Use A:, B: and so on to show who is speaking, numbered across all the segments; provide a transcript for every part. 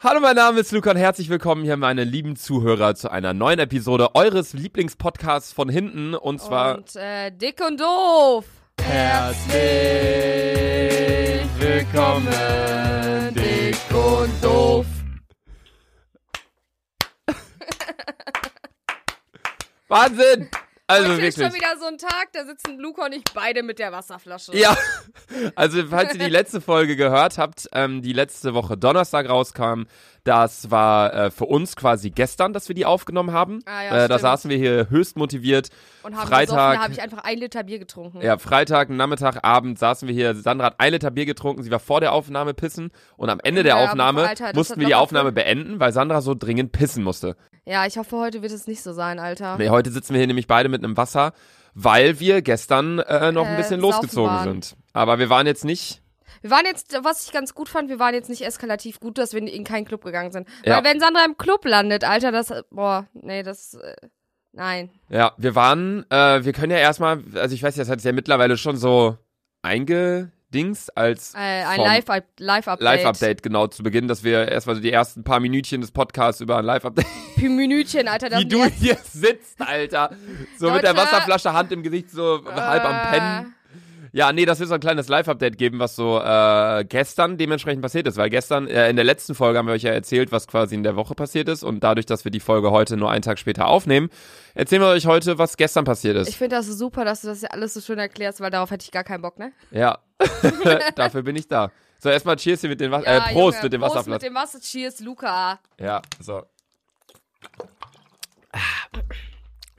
A: Hallo, mein Name ist Luca und herzlich willkommen hier, meine lieben Zuhörer, zu einer neuen Episode eures Lieblingspodcasts von hinten. Und zwar
B: Und äh, dick und doof.
A: Herzlich willkommen, dick und doof. Wahnsinn! Also
B: Heute ist
A: wirklich.
B: schon wieder so ein Tag, da sitzen Luca und ich beide mit der Wasserflasche.
A: Ja, also falls ihr die letzte Folge gehört habt, ähm, die letzte Woche Donnerstag rauskam, das war äh, für uns quasi gestern, dass wir die aufgenommen haben.
B: Ah ja,
A: äh, da
B: stimmt.
A: saßen wir hier höchst motiviert.
B: Und haben
A: Freitag-
B: gesoffen, da habe ich einfach ein Liter Bier getrunken.
A: Ja, Freitag, Nachmittag, Abend saßen wir hier. Sandra hat ein Liter Bier getrunken, sie war vor der Aufnahme pissen und am Ende der
B: Ja, aber
A: Aufnahme
B: Alter, das
A: mussten
B: hat
A: wir die
B: locker
A: Aufnahme beenden, weil Sandra so dringend pissen musste.
B: Ja, ich hoffe, heute wird es nicht so sein, Alter.
A: Nee, heute sitzen wir hier nämlich beide mit einem Wasser, weil wir gestern äh, noch ein
B: Äh,
A: bisschen
B: saufen
A: losgezogen
B: waren.
A: sind. Aber wir waren jetzt nicht
B: Wir waren jetzt, was ich ganz gut fand, wir waren jetzt nicht eskalativ gut, dass wir in keinen Club gegangen sind.
A: Ja.
B: Weil wenn Sandra im Club landet, Alter, das, äh, boah, nee, das, äh, nein.
A: Ja, wir waren, äh, wir können ja erstmal, also ich weiß, das hat sich ja mittlerweile schon so eingedings als
B: Äh, ein
A: vom
B: Live- Live-Update.
A: Live-Update genau zu Beginn, dass wir erstmal so die ersten paar Minütchen des Podcasts über ein Live-Update,
B: Minütchen, Alter. Das
A: wie
B: sind
A: du
B: die
A: hier sitzt, Alter. So mit der
B: Leute.
A: Wasserflasche, Hand im Gesicht, so
B: Ah.
A: halb am Pennen. Ja, nee, das wird so ein kleines Live-Update geben, was so äh, gestern dementsprechend passiert ist. Weil gestern, äh, in der letzten Folge haben wir euch ja erzählt, was quasi in der Woche passiert ist. Und dadurch, dass wir die Folge heute nur einen Tag später aufnehmen, erzählen wir euch heute, was gestern passiert ist.
B: Ich finde das super, dass du das ja alles so schön erklärst, weil darauf hätte ich gar keinen Bock, ne?
A: Ja, dafür bin ich da. So, erstmal Cheers hier mit dem Wasser. äh, Prost mit dem
B: Prost
A: Wasserflatt.
B: mit dem Wasser. Cheers, Luca.
A: ja, so. Ah,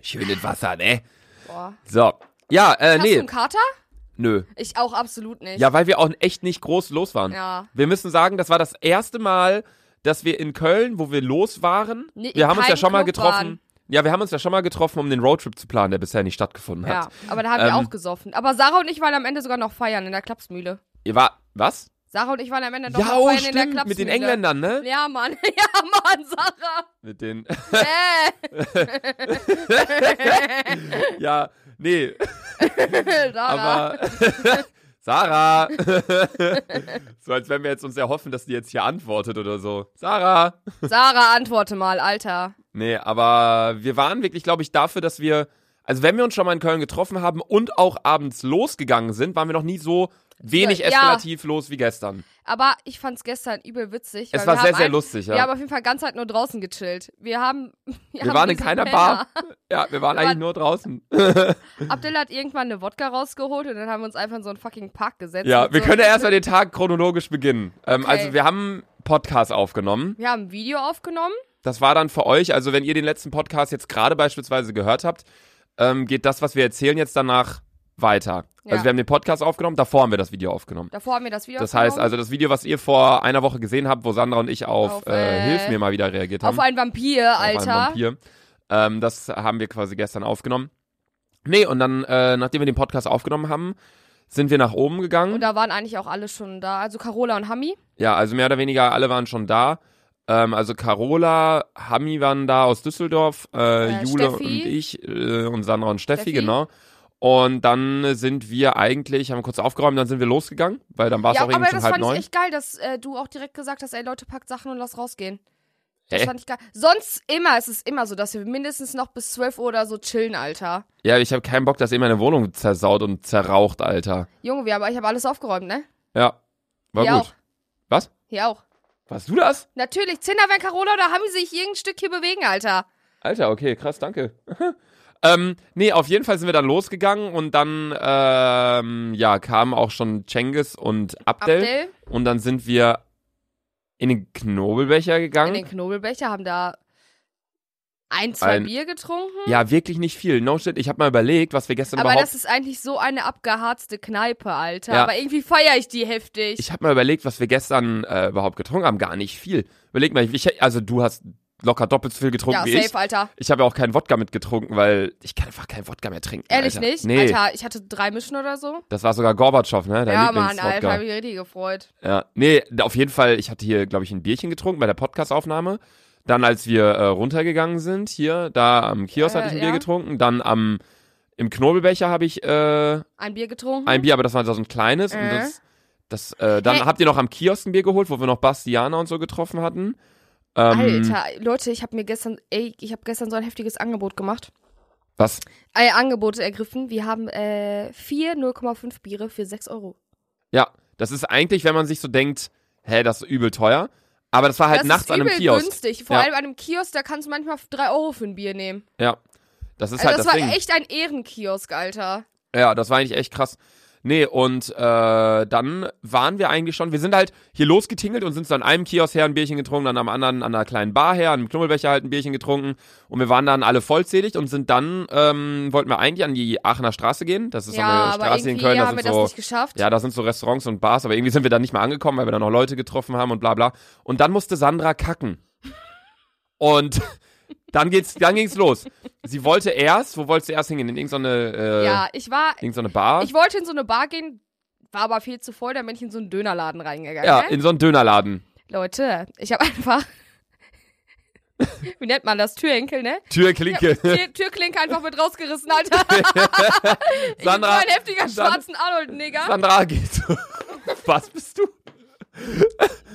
A: Schönes Wasser, ne?
B: Boah.
A: So. Ja, äh,
B: Hast du
A: nee.
B: einen Kater?
A: Nö.
B: Ich auch absolut nicht.
A: Ja, weil wir auch echt nicht groß los waren.
B: Ja.
A: Wir müssen sagen, das war das erste Mal, dass wir in Köln, wo wir los waren,
B: Nee, in
A: wir haben uns ja
B: keinem
A: schon mal
B: Club
A: getroffen.
B: waren.
A: Ja, wir haben uns ja schon mal getroffen, um den Roadtrip zu planen, der bisher nicht stattgefunden
B: Ja,
A: hat.
B: aber da haben
A: Ähm.
B: wir auch gesoffen. Aber Sarah und ich waren am Ende sogar noch feiern in der Klapsmühle.
A: Ihr war was?
B: Sarah und ich waren am Ende noch
A: Ja,
B: mal
A: oh,
B: feiern in der
A: stimmt,
B: Klapsmühle.
A: mit den Engländern, ne?
B: Ja, Mann. Ja, Mann, Sarah.
A: Mit den
B: Äh,
A: Ja, nee,
B: Sarah.
A: Aber Sarah, so als wenn wir jetzt uns erhoffen, dass die jetzt hier antwortet oder so. Sarah.
B: Sarah, antworte mal, Alter.
A: Nee, aber wir waren wirklich, glaube ich, dafür, dass wir, also wenn wir uns schon mal in Köln getroffen haben und auch abends losgegangen sind, waren wir noch nie so wenig
B: Ja.
A: eskalativ los wie gestern.
B: Aber ich fand's gestern übel witzig.
A: Es
B: weil
A: war
B: wir
A: sehr,
B: haben
A: sehr
B: ein-
A: lustig, ja.
B: Wir haben auf jeden Fall ganz halt nur draußen gechillt. Wir haben. Wir,
A: Wir
B: haben
A: waren in
B: diese
A: keiner
B: Penner.
A: Bar. Ja, wir waren eigentlich nur draußen.
B: Abdel hat irgendwann eine Wodka rausgeholt und dann haben wir uns einfach in so einen fucking Park gesetzt.
A: Ja,
B: Und
A: wir
B: so.
A: können ja erstmal den Tag chronologisch beginnen. Ähm,
B: Okay.
A: Also wir haben Podcast aufgenommen.
B: Wir haben ein Video aufgenommen.
A: Das war dann für euch, also wenn ihr den letzten Podcast jetzt gerade beispielsweise gehört habt, ähm, geht das, was wir erzählen, jetzt danach weiter.
B: Ja.
A: Also wir haben den Podcast aufgenommen, davor haben wir das Video aufgenommen.
B: Davor haben wir das Video
A: Das
B: aufgenommen.
A: heißt also, das Video, was ihr vor einer Woche gesehen habt, wo Sandra und ich auf,
B: Auf,
A: äh,
B: äh,
A: Hilf mir mal wieder reagiert haben.
B: Auf einen Vampir,
A: auf einen
B: Alter.
A: Vampir, ähm, das haben wir quasi gestern aufgenommen. Nee, und dann, äh, nachdem wir den Podcast aufgenommen haben, sind wir nach oben gegangen.
B: Und da waren eigentlich auch alle schon da. Also Carola und Hami.
A: Ja, also mehr oder weniger alle waren schon da. Ähm, also Carola, Hami waren da aus Düsseldorf, äh,
B: Äh,
A: Jule
B: Steffi.
A: und ich äh, und Sandra und Steffi,
B: Steffi.
A: genau. Und dann sind wir eigentlich, haben kurz aufgeräumt, dann sind wir losgegangen, weil dann war es
B: Ja,
A: auch
B: aber
A: irgendwie schon
B: das
A: halb
B: fand ich
A: neun.
B: echt geil, dass äh, du auch direkt gesagt hast, ey Leute, packt Sachen und lasst rausgehen. Das
A: Hä?
B: fand ich geil. Sonst immer, es ist immer so, dass wir mindestens noch bis 12 Uhr oder so chillen, Alter.
A: Ja, ich habe keinen Bock, dass ihr meine Wohnung zersaut und zerraucht, Alter.
B: Junge, wir haben, ich habe alles aufgeräumt, ne?
A: Ja, war
B: Hier
A: gut.
B: auch.
A: Was?
B: Hier auch.
A: Warst du das?
B: Natürlich, Zinder, wenn Carola oder Hami sich irgendein Stück hier bewegen, Alter.
A: Alter, okay, krass, danke. ähm, nee, auf jeden Fall sind wir dann losgegangen und dann, ähm, ja, kamen auch schon Cengiz und Abdel.
B: Abdel,
A: Und dann sind wir in den Knobelbecher
B: in den
A: gegangen.
B: Knobelbecher, haben da ein, zwei
A: Ein-
B: Bier getrunken.
A: Ja, wirklich nicht viel. No shit, ich habe mal überlegt, was wir gestern
B: Aber
A: überhaupt.
B: das ist eigentlich so eine abgeharzte Kneipe, Alter.
A: Ja.
B: Aber irgendwie feiere ich die heftig.
A: Ich habe mal überlegt, was wir gestern äh, überhaupt getrunken haben. Gar nicht viel. Überleg mal, ich, also du hast locker doppelt so viel getrunken
B: ja,
A: wie
B: safe,
A: ich.
B: Alter.
A: Ich habe ja auch keinen Wodka mitgetrunken, weil ich kann einfach keinen Wodka mehr trinken.
B: Ehrlich
A: Alter.
B: nicht?
A: Nee,
B: Alter, ich hatte drei Mischen oder so.
A: das war sogar Gorbatschow, ne? Dein
B: ja, Mann, Alter, hab
A: Lieblingswodka.
B: ich mich richtig gefreut.
A: Ja. Nee, auf jeden Fall, ich hatte hier, glaube ich, ein Bierchen getrunken bei der Podcastaufnahme. Dann, als wir äh, runtergegangen sind, hier, da am Kiosk
B: Äh,
A: hatte ich ein
B: ja.
A: Bier getrunken. Dann am, im Knobelbecher habe ich äh,
B: Ein Bier getrunken.
A: ein Bier, aber das war so ein kleines. Und
B: Mhm. Äh.
A: das, Das, äh, dann
B: Hä?
A: habt ihr noch am Kiosk ein Bier geholt, wo wir noch Bastiana und so getroffen hatten. Ähm,
B: Alter, Leute, ich habe mir gestern, ey, ich habe gestern so ein heftiges Angebot gemacht.
A: Was?
B: Äh, Angebote ergriffen. Wir haben äh, vier 0,5 Biere für 6 Euro.
A: Ja, das ist eigentlich, wenn man sich so denkt, hä, das ist übel teuer. Aber das war halt
B: das
A: nachts
B: ist
A: an einem
B: übel
A: Kiosk.
B: günstig. Vor
A: Ja.
B: allem an einem Kiosk, da kannst du manchmal 3 Euro für ein Bier nehmen.
A: Ja, das ist
B: Also
A: halt
B: das,
A: das,
B: war
A: Ding.
B: echt ein Ehrenkiosk, Alter.
A: Ja, das war eigentlich echt krass. Nee, und äh, dann waren wir eigentlich schon, wir sind halt hier losgetingelt und sind zu an einem Kiosk her ein Bierchen getrunken, dann am anderen an einer kleinen Bar her, an einem Knummelbecher halt ein Bierchen getrunken und wir waren dann alle vollzählig und sind dann, ähm, wollten wir eigentlich an die Aachener Straße gehen, das ist
B: ja,
A: so eine Straße
B: aber irgendwie
A: in Köln, das
B: haben wir
A: ist
B: das
A: so,
B: nicht geschafft.
A: ja, da sind so Restaurants und Bars, aber irgendwie sind wir dann nicht mehr angekommen, weil wir dann noch Leute getroffen haben und bla bla. Und dann musste Sandra kacken. Und dann geht's, dann ging's los. Sie wollte erst, wo wolltest du erst hingehen? In irgendeine, äh,
B: Ja, ich war,
A: irgendeine Bar?
B: ich wollte in so eine Bar gehen, war aber viel zu voll, dann bin ich in so einen Dönerladen reingegangen.
A: ja,
B: ne?
A: in so einen Dönerladen.
B: Leute, ich habe einfach, wie nennt man das, Türenkel, ne?
A: Türklinke.
B: Tür, Türklinke einfach mit rausgerissen, Alter.
A: Sandra,
B: ich bin so ein heftiger
A: San-
B: schwarzen Arnold-Neger.
A: Sandra geht so. Was bist du?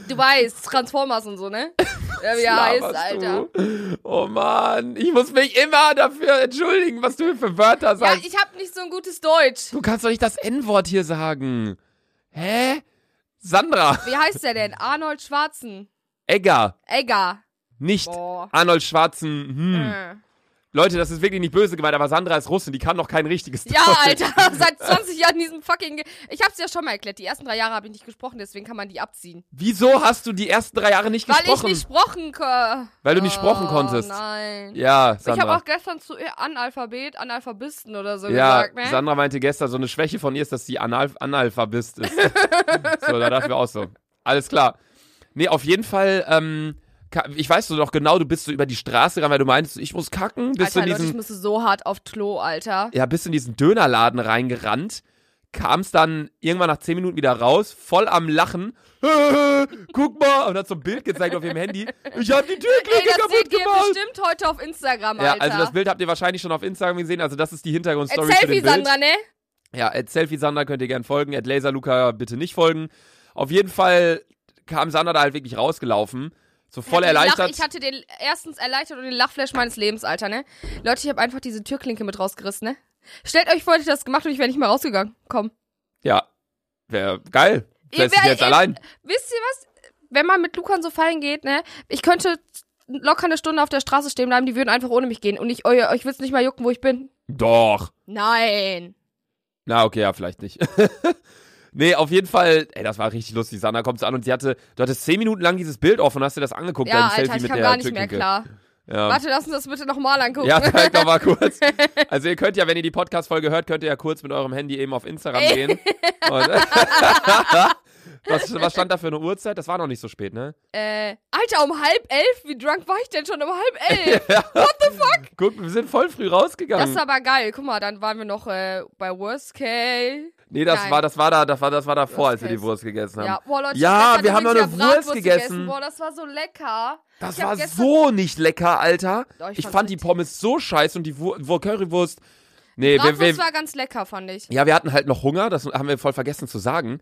B: Du weißt, Transformers und so, ne? Oder Wie er heißt,
A: Laberst
B: Alter.
A: Du? Oh Mann, ich muss mich immer dafür entschuldigen, was du für Wörter
B: Ja,
A: sagst.
B: ich hab nicht so ein gutes Deutsch.
A: du kannst doch nicht das N-Wort hier sagen. Hä? Sandra,
B: Wie heißt der denn? Arnold Schwarzen.
A: Egger,
B: Egger.
A: nicht
B: Boah.
A: Arnold Schwarzen. Hm.
B: Äh.
A: Leute, das ist wirklich nicht böse gemeint, aber Sandra ist Russin, die kann doch kein richtiges
B: Ja,
A: Deutsch.
B: Alter, seit 20 Jahren diesen fucking. Ge ich hab's ja schon mal erklärt. Die ersten drei Jahre habe ich nicht gesprochen, deswegen kann man die abziehen.
A: Wieso hast du die ersten drei Jahre nicht
B: Weil ich
A: gesprochen?
B: nicht sprochen ko-
A: Weil du nicht sprochen
B: Oh,
A: konntest.
B: Nein.
A: Ja, Sandra.
B: Ich habe auch gestern zu ihr Analphabet, Analphabisten oder so
A: Ja,
B: gesagt, ne?
A: Sandra meinte gestern, so eine Schwäche von ihr ist, dass sie Anal Analphabist ist. so, da dachten wir auch so. Alles klar. Nee, auf jeden Fall, ähm, ka- ich weiß so noch genau, du bist so über die Straße gegangen, weil du meintest, ich muss kacken, bist
B: Alter,
A: du in
B: Leute, ich
A: diesen,
B: musste so hart auf Klo, Alter.
A: ja, bist in diesen Dönerladen reingerannt, kamst dann irgendwann nach 10 Minuten wieder raus, voll am Lachen, guck mal, und hat so ein Bild gezeigt auf ihrem Handy, ich hab die
B: Ey,
A: Türklinke
B: das
A: kaputt
B: seht ihr
A: gemacht.
B: bestimmt heute auf Instagram,
A: Ja,
B: Alter.
A: also das Bild habt ihr wahrscheinlich schon auf Instagram gesehen, also das ist die
B: Als
A: Hintergrundstory zu
B: Selfie,
A: dem Bild.
B: Sandra, ne?
A: Ja, at Selfie Sander könnt ihr gern folgen, at Laserluca bitte nicht folgen. Auf jeden Fall kam Sander da halt wirklich rausgelaufen, so voll
B: hatte den
A: erleichtert.
B: Lach, ich hatte den erstens erleichtert und den Lachflash meines Lebens, Alter, ne? Leute, ich habe einfach diese Türklinke mit rausgerissen, ne? Stellt euch vor, ich hätte das gemacht und ich wäre nicht mehr rausgegangen. Komm.
A: ja, wäre geil.
B: Ihr
A: Setzt dich
B: wär-
A: jetzt
B: ihr-
A: allein.
B: Wisst ihr was? Wenn man mit Lukan so fallen geht, ne? Ich könnte locker eine Stunde auf der Straße stehen bleiben, die würden einfach ohne mich gehen. Und ich, eu, euch wird's nicht mal jucken, wo ich bin.
A: Doch.
B: Nein.
A: Na, okay, ja, vielleicht nicht. nee, auf jeden Fall, ey, das war richtig lustig. Sander kommt an und sie hatte, du hattest zehn Minuten lang dieses Bild offen, hast dir das angeguckt,
B: Ja,
A: dein
B: Alter,
A: Selfie
B: ich
A: mit
B: kam
A: der
B: gar nicht mehr
A: Türklinke.
B: klar.
A: Ja.
B: Warte, lass uns das bitte nochmal angucken.
A: Ja, zeig doch mal kurz. Also ihr könnt ja, wenn ihr die Podcast-Folge hört, könnt ihr ja kurz mit eurem Handy eben auf Instagram
B: Ey.
A: gehen. Und was, was stand da für eine Uhrzeit? Das war noch nicht so spät, ne?
B: äh, Alter, um halb elf? Wie drunk war ich denn schon um halb elf?
A: Guck, wir sind voll früh
B: das
A: rausgegangen.
B: ist aber geil. Guck mal, dann waren wir noch äh, bei Worst Case.
A: nee, das
B: Nein.
A: war, das war da, das war, das war davor,
B: Worst
A: als wir die
B: case.
A: Wurst gegessen haben.
B: Ja, boah, Leute,
A: Ja,
B: ich hab gestern
A: wir haben noch
B: übrigens
A: eine
B: wieder
A: Wurst
B: Bratwurst
A: gegessen.
B: Boah, das war so lecker.
A: Das
B: Ich hab
A: war
B: gestern-
A: so nicht lecker, Alter.
B: Doch, ich
A: ich
B: fand's
A: fand die
B: richtig-
A: Pommes so scheiße und die Wur Wur- Currywurst. Nee, wir,
B: Bratwurst
A: wir,
B: war ganz lecker, fand ich.
A: Ja, wir hatten halt noch Hunger, das haben wir voll vergessen zu sagen.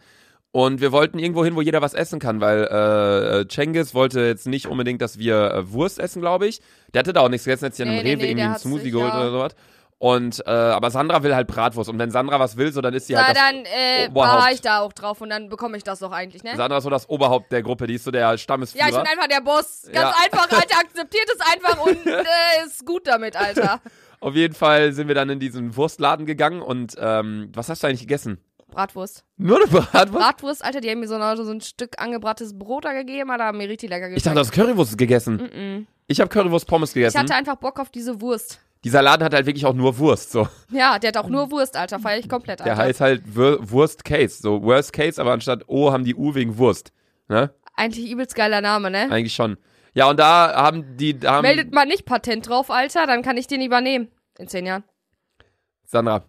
A: Und wir wollten irgendwo hin, wo jeder was essen kann, weil äh, äh, Cengiz wollte jetzt nicht unbedingt, dass wir äh, Wurst essen, glaube ich. Der hatte da auch nichts gegessen, hat sich an
B: Nee,
A: einem
B: nee,
A: Rewe
B: nee,
A: irgendwie
B: der
A: einen
B: hat's
A: Smoothie
B: sich,
A: geholt
B: ja.
A: oder sowas. Und äh, aber Sandra will halt Bratwurst. Und wenn Sandra was will, so dann ist sie
B: Na,
A: halt
B: dann äh, war
A: Oberhaupt.
B: ich da auch drauf und dann bekomme ich das doch eigentlich, ne?
A: das, Sandra ist so das Oberhaupt der Gruppe, die ist so der Stammesführer.
B: Ja, ich bin einfach der Boss. Ganz
A: Ja.
B: einfach, Alter, akzeptiert es einfach und äh, ist gut damit, Alter.
A: Auf jeden Fall sind wir dann in diesen Wurstladen gegangen und ähm, was hast du eigentlich gegessen?
B: Bratwurst.
A: Nur eine Bratwurst?
B: Bratwurst, Alter, die haben mir so, eine, so ein Stück angebrates Brot da gegeben, Alter, haben mir richtig lecker
A: ich dachte, du
B: geschmeckt.
A: hast Currywurst gegessen. Ich habe Currywurst Pommes
B: Mm, Ich
A: gegessen.
B: hatte einfach Bock auf diese Wurst.
A: Dieser Laden hat halt wirklich auch nur Wurst, so.
B: Ja, der hat auch nur Wurst, Alter. Feier ich komplett, Alter.
A: Der heißt halt Wur Worst Case. So Worst Case, aber anstatt O haben die U wegen Wurst. Ne?
B: Eigentlich übelst geiler Name, ne?
A: Eigentlich schon. Ja, und da haben die, da haben
B: Meldet mal nicht Patent drauf, Alter, dann kann ich den übernehmen. In zehn Jahren.
A: Sandra.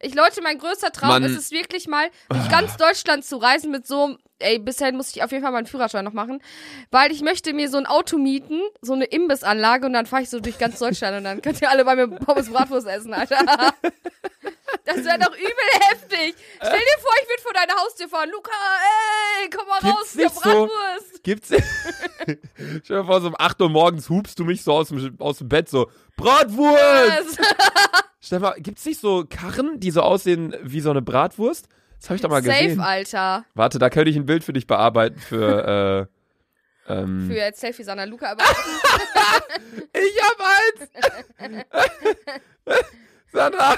B: Ich, Leute, mein größter Traum
A: Mann.
B: ist es wirklich mal,
A: Ah.
B: durch ganz Deutschland zu reisen mit so einem- Ey, bisher muss ich auf jeden Fall meinen Führerschein noch machen, weil ich möchte mir so ein Auto mieten, so eine Imbissanlage und dann fahre ich so durch ganz Deutschland und dann könnt ihr alle bei mir Pommes Bratwurst essen, Alter. Das wäre doch übel heftig. Stell dir vor, ich würde vor deine Haustür fahren. Luca, ey, komm mal
A: Gibt's
B: raus, der
A: nicht so?
B: Bratwurst.
A: Gibt's. Stell dir vor, so um 8 Uhr morgens hubst du mich so aus dem, aus dem Bett so. Bratwurst! Stefan, gibt's nicht so Karren, die so aussehen wie so eine Bratwurst? Das habe ich doch mal
B: Safe,
A: gesehen.
B: Alter.
A: Warte, da könnte ich ein Bild für dich bearbeiten für. äh, ähm,
B: Für jetzt Selfies an der Luca, aber
A: ich hab eins! Sandra!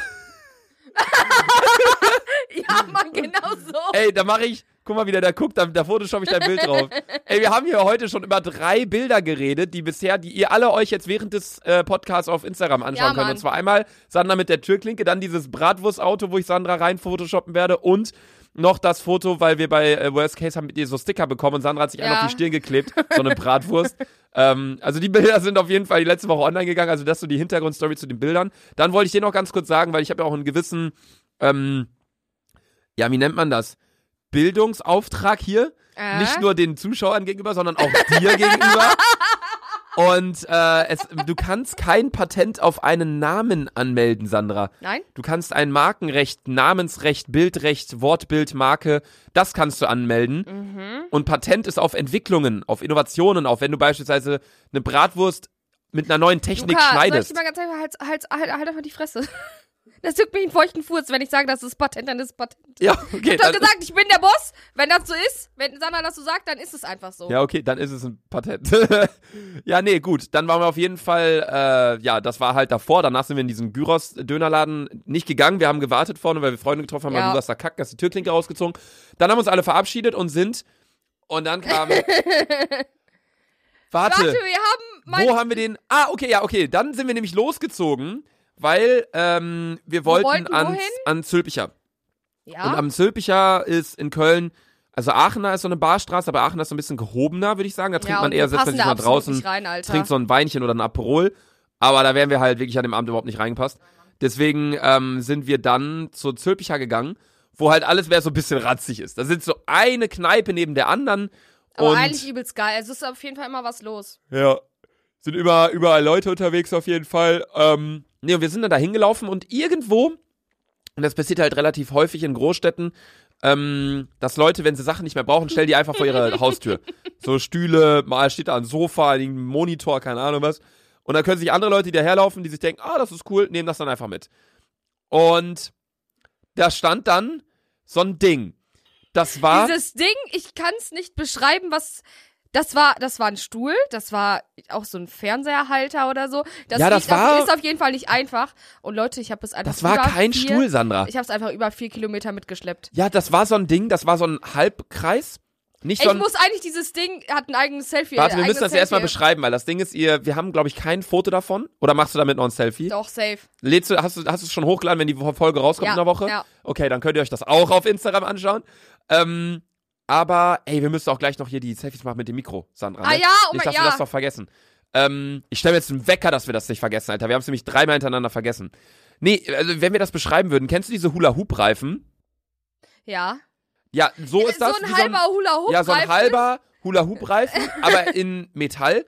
B: ja, Mann, genau so.
A: Ey, da mache ich. Guck mal, wie der da guckt, da, da Photoshop ich dein Bild drauf. Ey, wir haben hier heute schon über drei Bilder geredet, die bisher, die ihr alle euch jetzt während des äh, Podcasts auf Instagram anschauen
B: Ja,
A: könnt.
B: Mann.
A: Und zwar einmal Sandra mit der Türklinke, dann dieses Bratwurstauto, wo ich Sandra rein photoshoppen werde und noch das Foto, weil wir bei äh, Worst Case haben mit ihr so Sticker bekommen und Sandra hat sich einen
B: Ja.
A: auf die Stirn geklebt, so eine Bratwurst. ähm, also die Bilder sind auf jeden Fall die letzte Woche online gegangen, also das ist so die Hintergrundstory zu den Bildern. Dann wollte ich dir noch ganz kurz sagen, weil ich habe ja auch einen gewissen, ähm, ja, wie nennt man das? Bildungsauftrag hier.
B: Äh?
A: Nicht nur den Zuschauern gegenüber, sondern auch dir gegenüber. Und äh, es, du kannst kein Patent auf einen Namen anmelden, Sandra.
B: Nein?
A: Du kannst ein Markenrecht, Namensrecht, Bildrecht, Wortbild, Marke, das kannst du anmelden.
B: Mhm.
A: Und Patent ist auf Entwicklungen, auf Innovationen, auf wenn du beispielsweise eine Bratwurst mit einer neuen Technik
B: Luca, soll ich
A: schneidest.
B: dir mal ganz einfach, halt, halt, halt, halt einfach die Fresse. Das juckt mich einen feuchten Furz, wenn ich sage, das ist Patent, dann ist es Patent.
A: Ja, okay.
B: Ich hab
A: Dann,
B: doch gesagt, ich bin der Boss. Wenn das so ist, wenn Sandra das so sagt, dann ist es einfach so.
A: ja, okay, dann ist es ein Patent. ja, nee, gut. Dann waren wir auf jeden Fall, äh, ja, das war halt davor. Danach sind wir in diesen Gyros-Dönerladen nicht gegangen. Wir haben gewartet vorne, weil wir Freunde getroffen haben,
B: Ja.
A: weil du hast da kackt, hast die Türklinke rausgezogen. Dann haben wir uns alle verabschiedet und sind. Und dann kam.
B: Warte, wir haben mein,
A: Wo haben wir den? Ah, okay, ja, okay. Dann sind wir nämlich losgezogen, weil ähm, wir wollten,
B: wollten
A: ans,
B: wohin?
A: an Zülpicher. Und
B: ja,
A: am Zülpicher ist in Köln, also Aachener ist so eine Barstraße, aber Aachener ist so ein bisschen gehobener, würde ich sagen. Da trinkt
B: ja,
A: man
B: und
A: eher,
B: wir
A: setzt man
B: passen
A: sich
B: da
A: mal
B: absolut
A: draußen,
B: nicht rein, Alter.
A: trinkt so ein Weinchen oder ein Aperol. Aber da wären wir halt wirklich an dem Abend überhaupt nicht reingepasst. Deswegen ähm, sind wir dann zur Zülpicher gegangen, wo halt alles mehr so ein bisschen ratzig ist. Da sitzt so eine Kneipe neben der anderen.
B: Aber
A: und
B: eigentlich übelst geil. Es ist auf jeden Fall immer was los.
A: ja. Sind über, überall Leute unterwegs auf jeden Fall. Ähm, nee, und wir sind dann da hingelaufen und irgendwo, und das passiert halt relativ häufig in Großstädten, ähm, dass Leute, wenn sie Sachen nicht mehr brauchen, stellen die einfach vor ihre Haustür. So Stühle, mal steht da ein Sofa, ein Monitor, keine Ahnung was. Und dann können sich andere Leute, die da herlaufen, die sich denken, ah, das ist cool, nehmen das dann einfach mit. Und da stand dann so ein Ding. Das war.
B: Dieses Ding, ich kann es nicht beschreiben, was. Das war, das war ein Stuhl, das war auch so ein Fernseherhalter oder so. Das,
A: Ja, das
B: liegt auf-
A: war-
B: ist auf jeden Fall nicht einfach. Und Leute, ich habe es einfach.
A: das war
B: über
A: kein
B: vier,
A: Stuhl, Sandra.
B: Ich habe es einfach über vier Kilometer mitgeschleppt.
A: Ja, das war so ein Ding, das war so ein Halbkreis. Nicht so
B: Ich
A: ein,
B: muss eigentlich dieses Ding hat ein eigenes Selfie.
A: warte,
B: ein
A: wir
B: eigenes
A: müssen das
B: Selfie.
A: erstmal beschreiben, weil das Ding ist, ihr, wir haben, glaube ich, kein Foto davon. Oder machst du damit noch ein Selfie?
B: Doch safe.
A: Lädst du, hast du, hast du es schon hochgeladen, wenn die Folge rauskommt
B: Ja,
A: in der Woche?
B: ja.
A: Okay, dann könnt ihr euch das auch auf Instagram anschauen. Ähm, aber, ey, wir müssen auch gleich noch hier die Selfies machen mit dem Mikro, Sandra.
B: Ah
A: ne?
B: ja, oh
A: Nicht,
B: mein
A: dass wir das
B: ja.
A: doch vergessen. Ähm, ich stelle mir jetzt einen Wecker, dass wir das nicht vergessen, Alter. Wir haben es nämlich dreimal hintereinander vergessen. Nee, also, wenn wir das beschreiben würden, kennst du diese Hula-Hoop-Reifen?
B: Ja.
A: Ja, so ist
B: so
A: das.
B: ein
A: wie
B: halber Hula Hoop.
A: Ja, so ein
B: Reifen.
A: halber Hula-Hoop-Reifen, aber in Metall.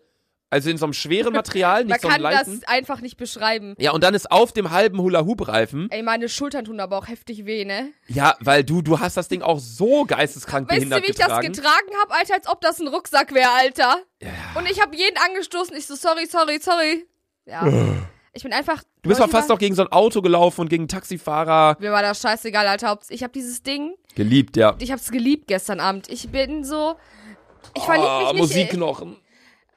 A: Also in so einem schweren Material,
B: Man
A: nicht so einem
B: kann
A: leichten.
B: das einfach nicht beschreiben.
A: Ja, und dann ist auf dem halben Hula-Hoop-Reifen.
B: Ey, meine Schultern tun aber auch heftig weh, ne?
A: Ja, weil du, du hast das Ding auch so geisteskrank
B: Weißt
A: behindert
B: du, wie ich
A: getragen.
B: das getragen habe, Alter, als ob das ein Rucksack wäre, Alter. Und ich habe jeden angestoßen. Ich so, sorry, sorry, sorry. Ja. ich bin einfach.
A: Äh. du bist mal fast noch gegen so ein Auto gelaufen und gegen einen Taxifahrer.
B: Mir war das scheißegal, Alter. Haupts- Ich habe dieses Ding.
A: Geliebt, ja.
B: Ich hab's geliebt gestern Abend. Ich bin so. Ich verlieb mich
A: Ah,
B: nicht.
A: Musikknochen.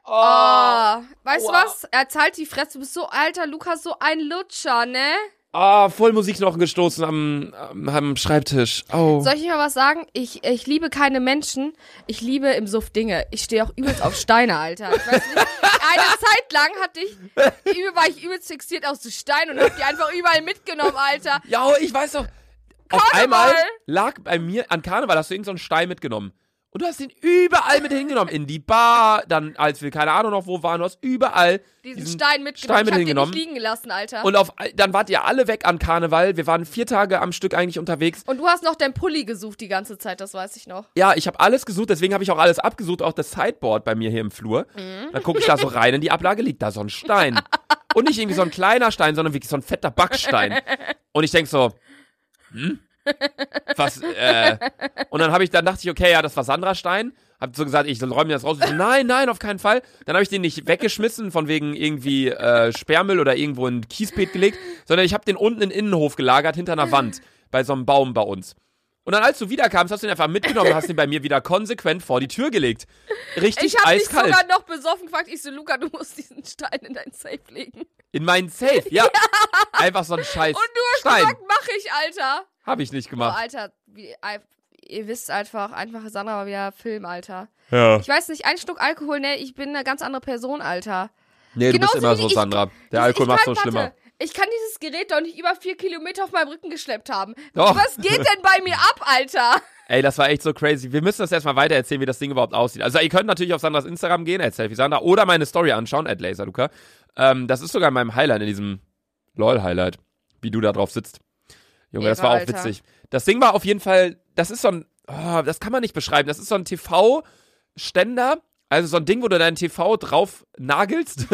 B: Ah, weißt du
A: Aua.
B: was? Er zahlt die Fresse. Du bist so alter Lukas, so ein Lutscher, ne?
A: Ah, voll Musikknochen gestoßen am, am, am Schreibtisch. Au.
B: Soll ich dir mal was sagen? Ich, ich liebe keine Menschen. Ich liebe im Suff Dinge. Ich stehe auch übelst auf Steine, Alter. Ich weiß nicht, eine Zeit lang hatte ich, übel- war ich übelst fixiert auf so Steine und hab die einfach überall mitgenommen, Alter.
A: Ja, ich weiß doch. Auf
B: Karneval!
A: einmal lag bei mir an Karneval, hast du irgendeinen so einen Stein mitgenommen. Und du hast den überall mit hingenommen. In die Bar, dann, als wir keine Ahnung noch wo waren, du hast überall
B: Diesen Stein mitgenommen.
A: Stein mit
B: ich hab
A: hingenommen.
B: den nicht liegen gelassen, Alter. Und,
A: Und auf, ei- dann wart ihr alle weg an Karneval. Wir waren vier Tage am Stück eigentlich unterwegs.
B: du hast noch deinen Pulli gesucht die ganze Zeit, das weiß ich noch.
A: Ja, ich habe alles gesucht, deswegen habe ich auch alles abgesucht, auch das Sideboard bei mir hier im Flur.
B: Mhm.
A: Dann gucke ich da so rein, in die Ablage liegt da so ein Stein. Und nicht irgendwie so ein kleiner Stein, sondern wirklich so ein fetter Backstein. Und ich denk so, was, äh, und dann habe ich, dann dachte ich, okay, ja, das war Sandra Stein. Hab so gesagt, ich räume das raus. Und so, nein, nein, auf keinen Fall. Dann habe ich den nicht weggeschmissen, von wegen irgendwie äh, Sperrmüll oder irgendwo in ein Kiesbeet gelegt, sondern ich habe den unten in den Innenhof gelagert, hinter einer Wand, bei so einem Baum bei uns. Und dann, als du wiederkamst, hast du ihn einfach mitgenommen und hast ihn bei mir wieder konsequent vor die Tür gelegt. Richtig
B: Ich habe dich
A: eiskalt.
B: sogar noch besoffen gefragt. Ich so, Luca, du musst diesen Stein in dein Safe legen.
A: in meinen Safe, ja. Einfach so ein Scheiß.
B: Und du hast
A: Stein.
B: gesagt, mach ich, Alter.
A: Habe ich nicht
B: Oh,
A: gemacht.
B: Alter, wie, ein- ihr wisst einfach, einfache Sandra war wieder Film, Alter.
A: Ja.
B: Ich weiß nicht, ein Schluck Alkohol, ne, ich bin eine ganz andere Person, Alter.
A: Nee, du bist
B: Genauso
A: immer
B: wie
A: so,
B: ich-
A: Sandra. Der
B: Ich-
A: Alkohol
B: ich
A: macht
B: kann-
A: so schlimmer.
B: Warte, ich kann dieses Gerät doch nicht über vier Kilometer auf meinem Rücken geschleppt haben.
A: Doch.
B: Was geht denn bei mir ab, Alter?
A: Ey, das war echt so crazy. Wir müssen das erstmal weiter erzählen, wie das Ding überhaupt aussieht. Also ihr könnt natürlich auf Sandras Instagram gehen, at Selfie Sandra, oder meine Story anschauen, at Laserluca. Ähm, das ist sogar in meinem Highlight, in diesem LOL-Highlight, wie du da drauf sitzt. Junge, das
B: Ehre,
A: war auch
B: Alter.
A: witzig. Das Ding war auf jeden Fall, das ist so ein, oh, das kann man nicht beschreiben, das ist so ein TV-Ständer, also so ein Ding, wo du deinen TV drauf nagelst,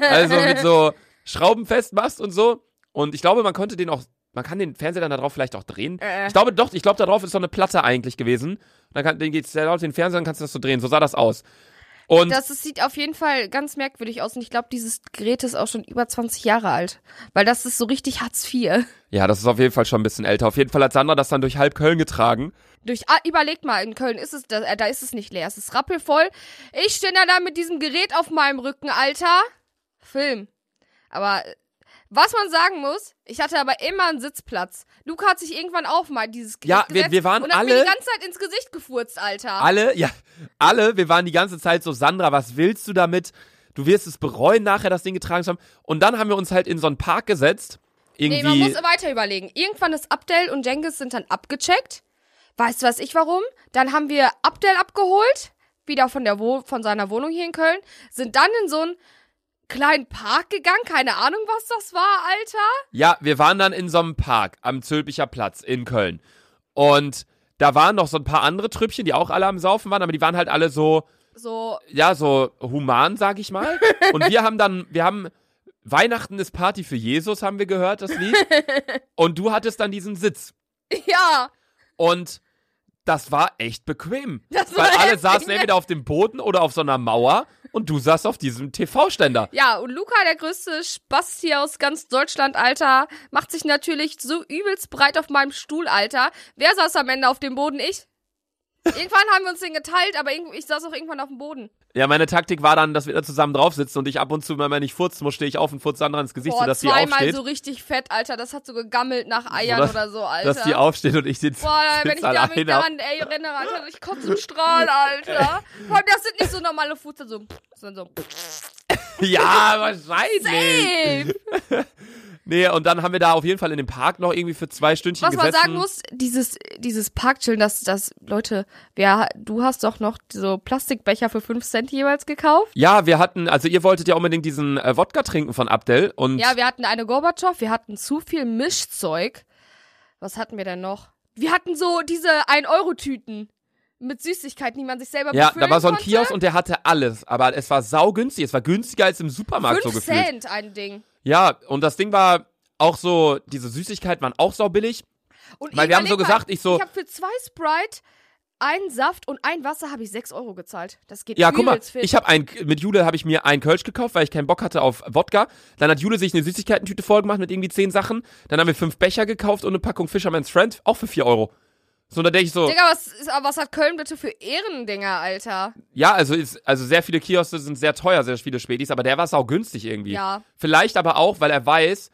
A: also mit so Schrauben festmachst und so. Und ich glaube, man konnte den auch, man kann den Fernseher dann darauf vielleicht auch drehen.
B: Äh.
A: Ich glaube doch, ich glaube, darauf ist so eine Platte eigentlich gewesen. Dann kann, den geht's sehr laut den Fernseher, dann kannst du das so drehen. So sah das aus. Und
B: Das, das sieht auf jeden Fall ganz merkwürdig aus und ich glaube, dieses Gerät ist auch schon über 20 Jahre alt. Weil das ist so richtig Hartz IV.
A: ja, das ist auf jeden Fall schon ein bisschen älter. Auf jeden Fall hat Sandra das dann durch halb Köln getragen.
B: Durch, ah, überlegt mal, in Köln ist es, da, äh, da ist es nicht leer, es ist rappelvoll. Ich stehe da, da mit diesem Gerät auf meinem Rücken, Alter. Film. Aber äh, was man sagen muss, ich hatte aber immer einen Sitzplatz. Luca hat sich irgendwann auch mal dieses Gerät
A: Ja, wir-
B: gesetzt
A: wir waren
B: und hat
A: alle-
B: mir die ganze Zeit ins Gesicht gefurzt, Alter.
A: Alle, ja, alle, wir waren die ganze Zeit so, Sandra, was willst du damit? Du wirst es bereuen, nachher das Ding getragen zu haben. Und dann haben wir uns halt in so einen Park gesetzt.
B: nee,
A: Irgendwie.
B: man muss weiter überlegen. Irgendwann ist Abdel und Jengis sind dann abgecheckt. Weißt du, was ich warum? Dann haben wir Abdel abgeholt, wieder von der Wo von seiner Wohnung hier in Köln, sind dann in so einen kleinen Park gegangen, keine Ahnung, was das war, Alter.
A: Ja, wir waren dann in so einem Park am Zülpicher Platz in Köln. Und da waren noch so ein paar andere Trüppchen, die auch alle am Saufen waren, aber die waren halt alle so,
B: So,
A: ja, so human, sag ich mal. Und wir haben dann, wir haben Weihnachten ist Party für Jesus, haben wir gehört, das Lied. Und du hattest dann diesen Sitz.
B: ja,
A: Und das war echt bequem.
B: Das war
A: weil alle
B: heftig,
A: saßen
B: ne?
A: entweder auf dem Boden oder auf so einer Mauer und du saßt auf diesem TV-Ständer.
B: ja. Und Luca, der größte Spaß hier aus ganz Deutschland, Alter, macht sich natürlich so übelst breit auf meinem Stuhl, Alter. Wer saß am Ende auf dem Boden? Ich. Irgendwann haben wir uns den geteilt, aber irgend- ich saß auch irgendwann auf dem Boden.
A: Ja, meine Taktik war dann, dass wir da zusammen drauf sitzen und ich ab und zu, wenn man nicht furzen muss, stehe ich auf und furze Sandra ins Gesicht,
B: Boah,
A: sodass die
B: zweimal
A: aufsteht.
B: so richtig fett, Alter. Das hat so gegammelt nach Eiern
A: Sodass-
B: oder so, Alter.
A: dass die aufsteht und ich den
B: Boah, wenn
A: Sitz
B: ich da
A: alleine
B: mich
A: hab.
B: daran ey, erinnere, Alter, ich kotze einen Strahl, Alter. Vor allem, das sind nicht so normale Fuß, so, sondern so,
A: Ja, wahrscheinlich.
B: ey.
A: Nee, und dann haben wir da auf jeden Fall in dem Park noch irgendwie für zwei Stündchen
B: Was man
A: gesessen.
B: sagen muss, dieses, dieses Parkchillen, das, das, Leute, wer, du hast doch noch so Plastikbecher für 5 Cent jeweils gekauft.
A: Ja, wir hatten, also ihr wolltet ja unbedingt diesen äh, Wodka trinken von Abdel und
B: Ja, wir hatten eine Gorbatschow, wir hatten zu viel Mischzeug. Was hatten wir denn noch? Wir hatten so diese 1-Euro-Tüten mit Süßigkeiten, die man sich selber
A: Ja,
B: befüllen
A: da war so ein
B: konnte.
A: Kiosk und der hatte alles, aber es war saugünstig, es war günstiger als im Supermarkt so
B: Fünf
A: gefühlt.
B: Cent ein Ding.
A: Ja, und das Ding war auch so, diese Süßigkeiten waren auch saubillig.
B: Und
A: Weil wir haben so
B: überleg
A: gesagt, ich so-
B: Ich habe für zwei Sprite, einen Saft und ein Wasser habe ich sechs Euro gezahlt. Das geht
A: Ja,
B: übelst
A: guck mal,
B: fit.
A: ich habe ein mit Jule habe ich mir einen Kölsch gekauft, weil ich keinen Bock hatte auf Wodka. Dann hat Jule sich eine Süßigkeitentüte vollgemacht mit irgendwie zehn Sachen. Dann haben wir fünf Becher gekauft und eine Packung Fisherman's Friend, auch für vier Euro. So, und da denke ich so,
B: Digga, was, ist, was hat Köln bitte für Ehrendinger, Alter?
A: ja, also ist, also sehr viele Kioske sind sehr teuer, sehr viele Spätis, aber der war auch günstig irgendwie.
B: Ja.
A: Vielleicht aber auch, weil er weiß,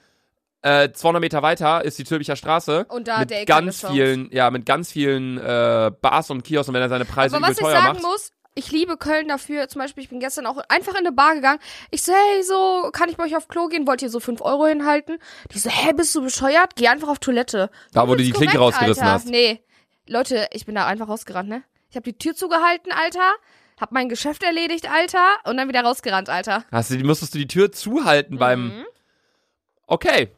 A: äh, 200 Meter weiter ist die Türbicher Straße
B: Und da hat
A: mit
B: der eh keine
A: ganz
B: Chance.
A: vielen, ja, mit ganz vielen äh, Bars und Kiosken, wenn er seine Preise
B: Aber
A: übel
B: was ich
A: Also teuer
B: sagen
A: macht.
B: muss, ich liebe Köln dafür. Zum Beispiel, ich bin gestern auch einfach in eine Bar gegangen. Ich so, hey, so, kann ich bei euch auf Klo gehen? Wollt ihr so 5 Euro hinhalten? Die so, hä, bist du bescheuert? Geh einfach auf Toilette.
A: Da, wo du die
B: Ist
A: Klinke
B: korrekt,
A: rausgerissen
B: Alter.
A: hast.
B: Nee. Leute, ich bin da einfach rausgerannt, ne? Ich habe die Tür zugehalten, Alter. Hab mein Geschäft erledigt, Alter. Und dann wieder rausgerannt, Alter. Mhm.
A: Hast du, musstest du die Tür zuhalten beim. Okay.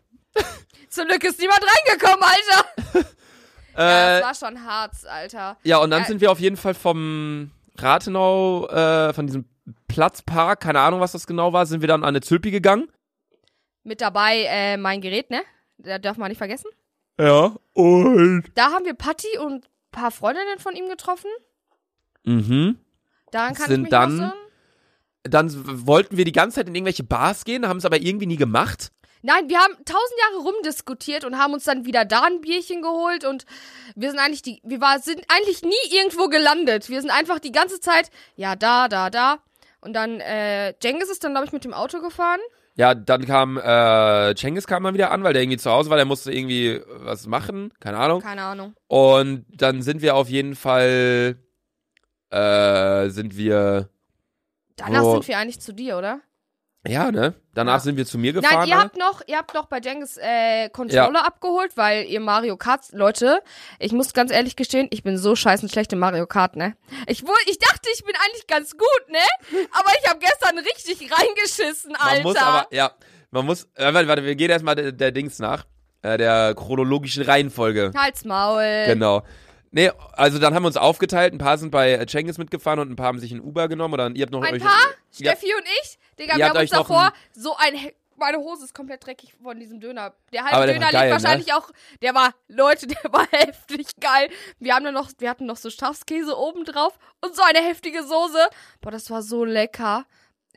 B: Zum Glück ist niemand reingekommen, Alter. ja,
A: Äh,
B: das war schon hart, Alter.
A: ja, und dann
B: ja.
A: sind wir auf jeden Fall vom Rathenau, äh, von diesem Platzpark, keine Ahnung, was das genau war, sind wir dann an eine Zülpi gegangen.
B: Mit dabei äh, mein Gerät, ne? Da darf man nicht vergessen.
A: Ja. Und.
B: Da haben wir Patti und ein paar Freundinnen von ihm getroffen.
A: Mhm.
B: Daran kann
A: Sind
B: ich mich
A: dann-
B: noch erinnern.
A: Dann wollten wir die ganze Zeit in irgendwelche Bars gehen, haben es aber irgendwie nie gemacht.
B: Nein, wir haben tausend Jahre rumdiskutiert und haben uns dann wieder da ein Bierchen geholt und wir sind eigentlich die, wir war, sind eigentlich nie irgendwo gelandet. Wir sind einfach die ganze Zeit, ja, da, da, da. Und dann, äh, Jengis ist dann, glaube ich, mit dem Auto gefahren.
A: Ja, dann kam, äh, Cengiz kam mal wieder an, weil der irgendwie zu Hause war, der musste irgendwie was machen, keine Ahnung.
B: Keine Ahnung.
A: Und dann sind wir auf jeden Fall, äh, sind wir,
B: Danach
A: Oh.
B: sind wir eigentlich zu dir, oder?
A: ja, ne? Danach
B: Ja.
A: sind wir zu mir gefahren. ne?
B: Nein, ihr
A: alle.
B: habt noch, ihr habt noch bei Jengis äh, Controller abgeholt, weil ihr Mario Kart, Leute, ich muss ganz ehrlich gestehen, ich bin so scheißen schlecht in Mario Kart, ne? Ich wohl, ich dachte, ich bin eigentlich ganz gut, ne? Aber ich habe gestern richtig reingeschissen, Alter.
A: Man muss aber, ja, man muss, äh, warte, warte, wir gehen erstmal der, der Dings nach, äh, der chronologischen Reihenfolge.
B: Halt's Maul.
A: Genau. Nee, also dann haben wir uns aufgeteilt, ein paar sind bei äh, Cengiz mitgefahren und ein paar haben sich einen Uber genommen oder ihr habt noch
B: Ein
A: euch,
B: paar,
A: Ja.
B: Steffi und ich, Digga,
A: Ihr
B: wir
A: habt
B: haben uns
A: euch noch
B: davor
A: ein-
B: so ein He- meine Hose ist komplett dreckig von diesem Döner. Der halbe
A: Aber der war
B: Döner
A: geil, ne?
B: liegt wahrscheinlich auch, der war, Leute, der war heftig geil. Wir haben dann noch, wir hatten noch so Schafskäse oben drauf und so eine heftige Soße. Boah, das war so lecker.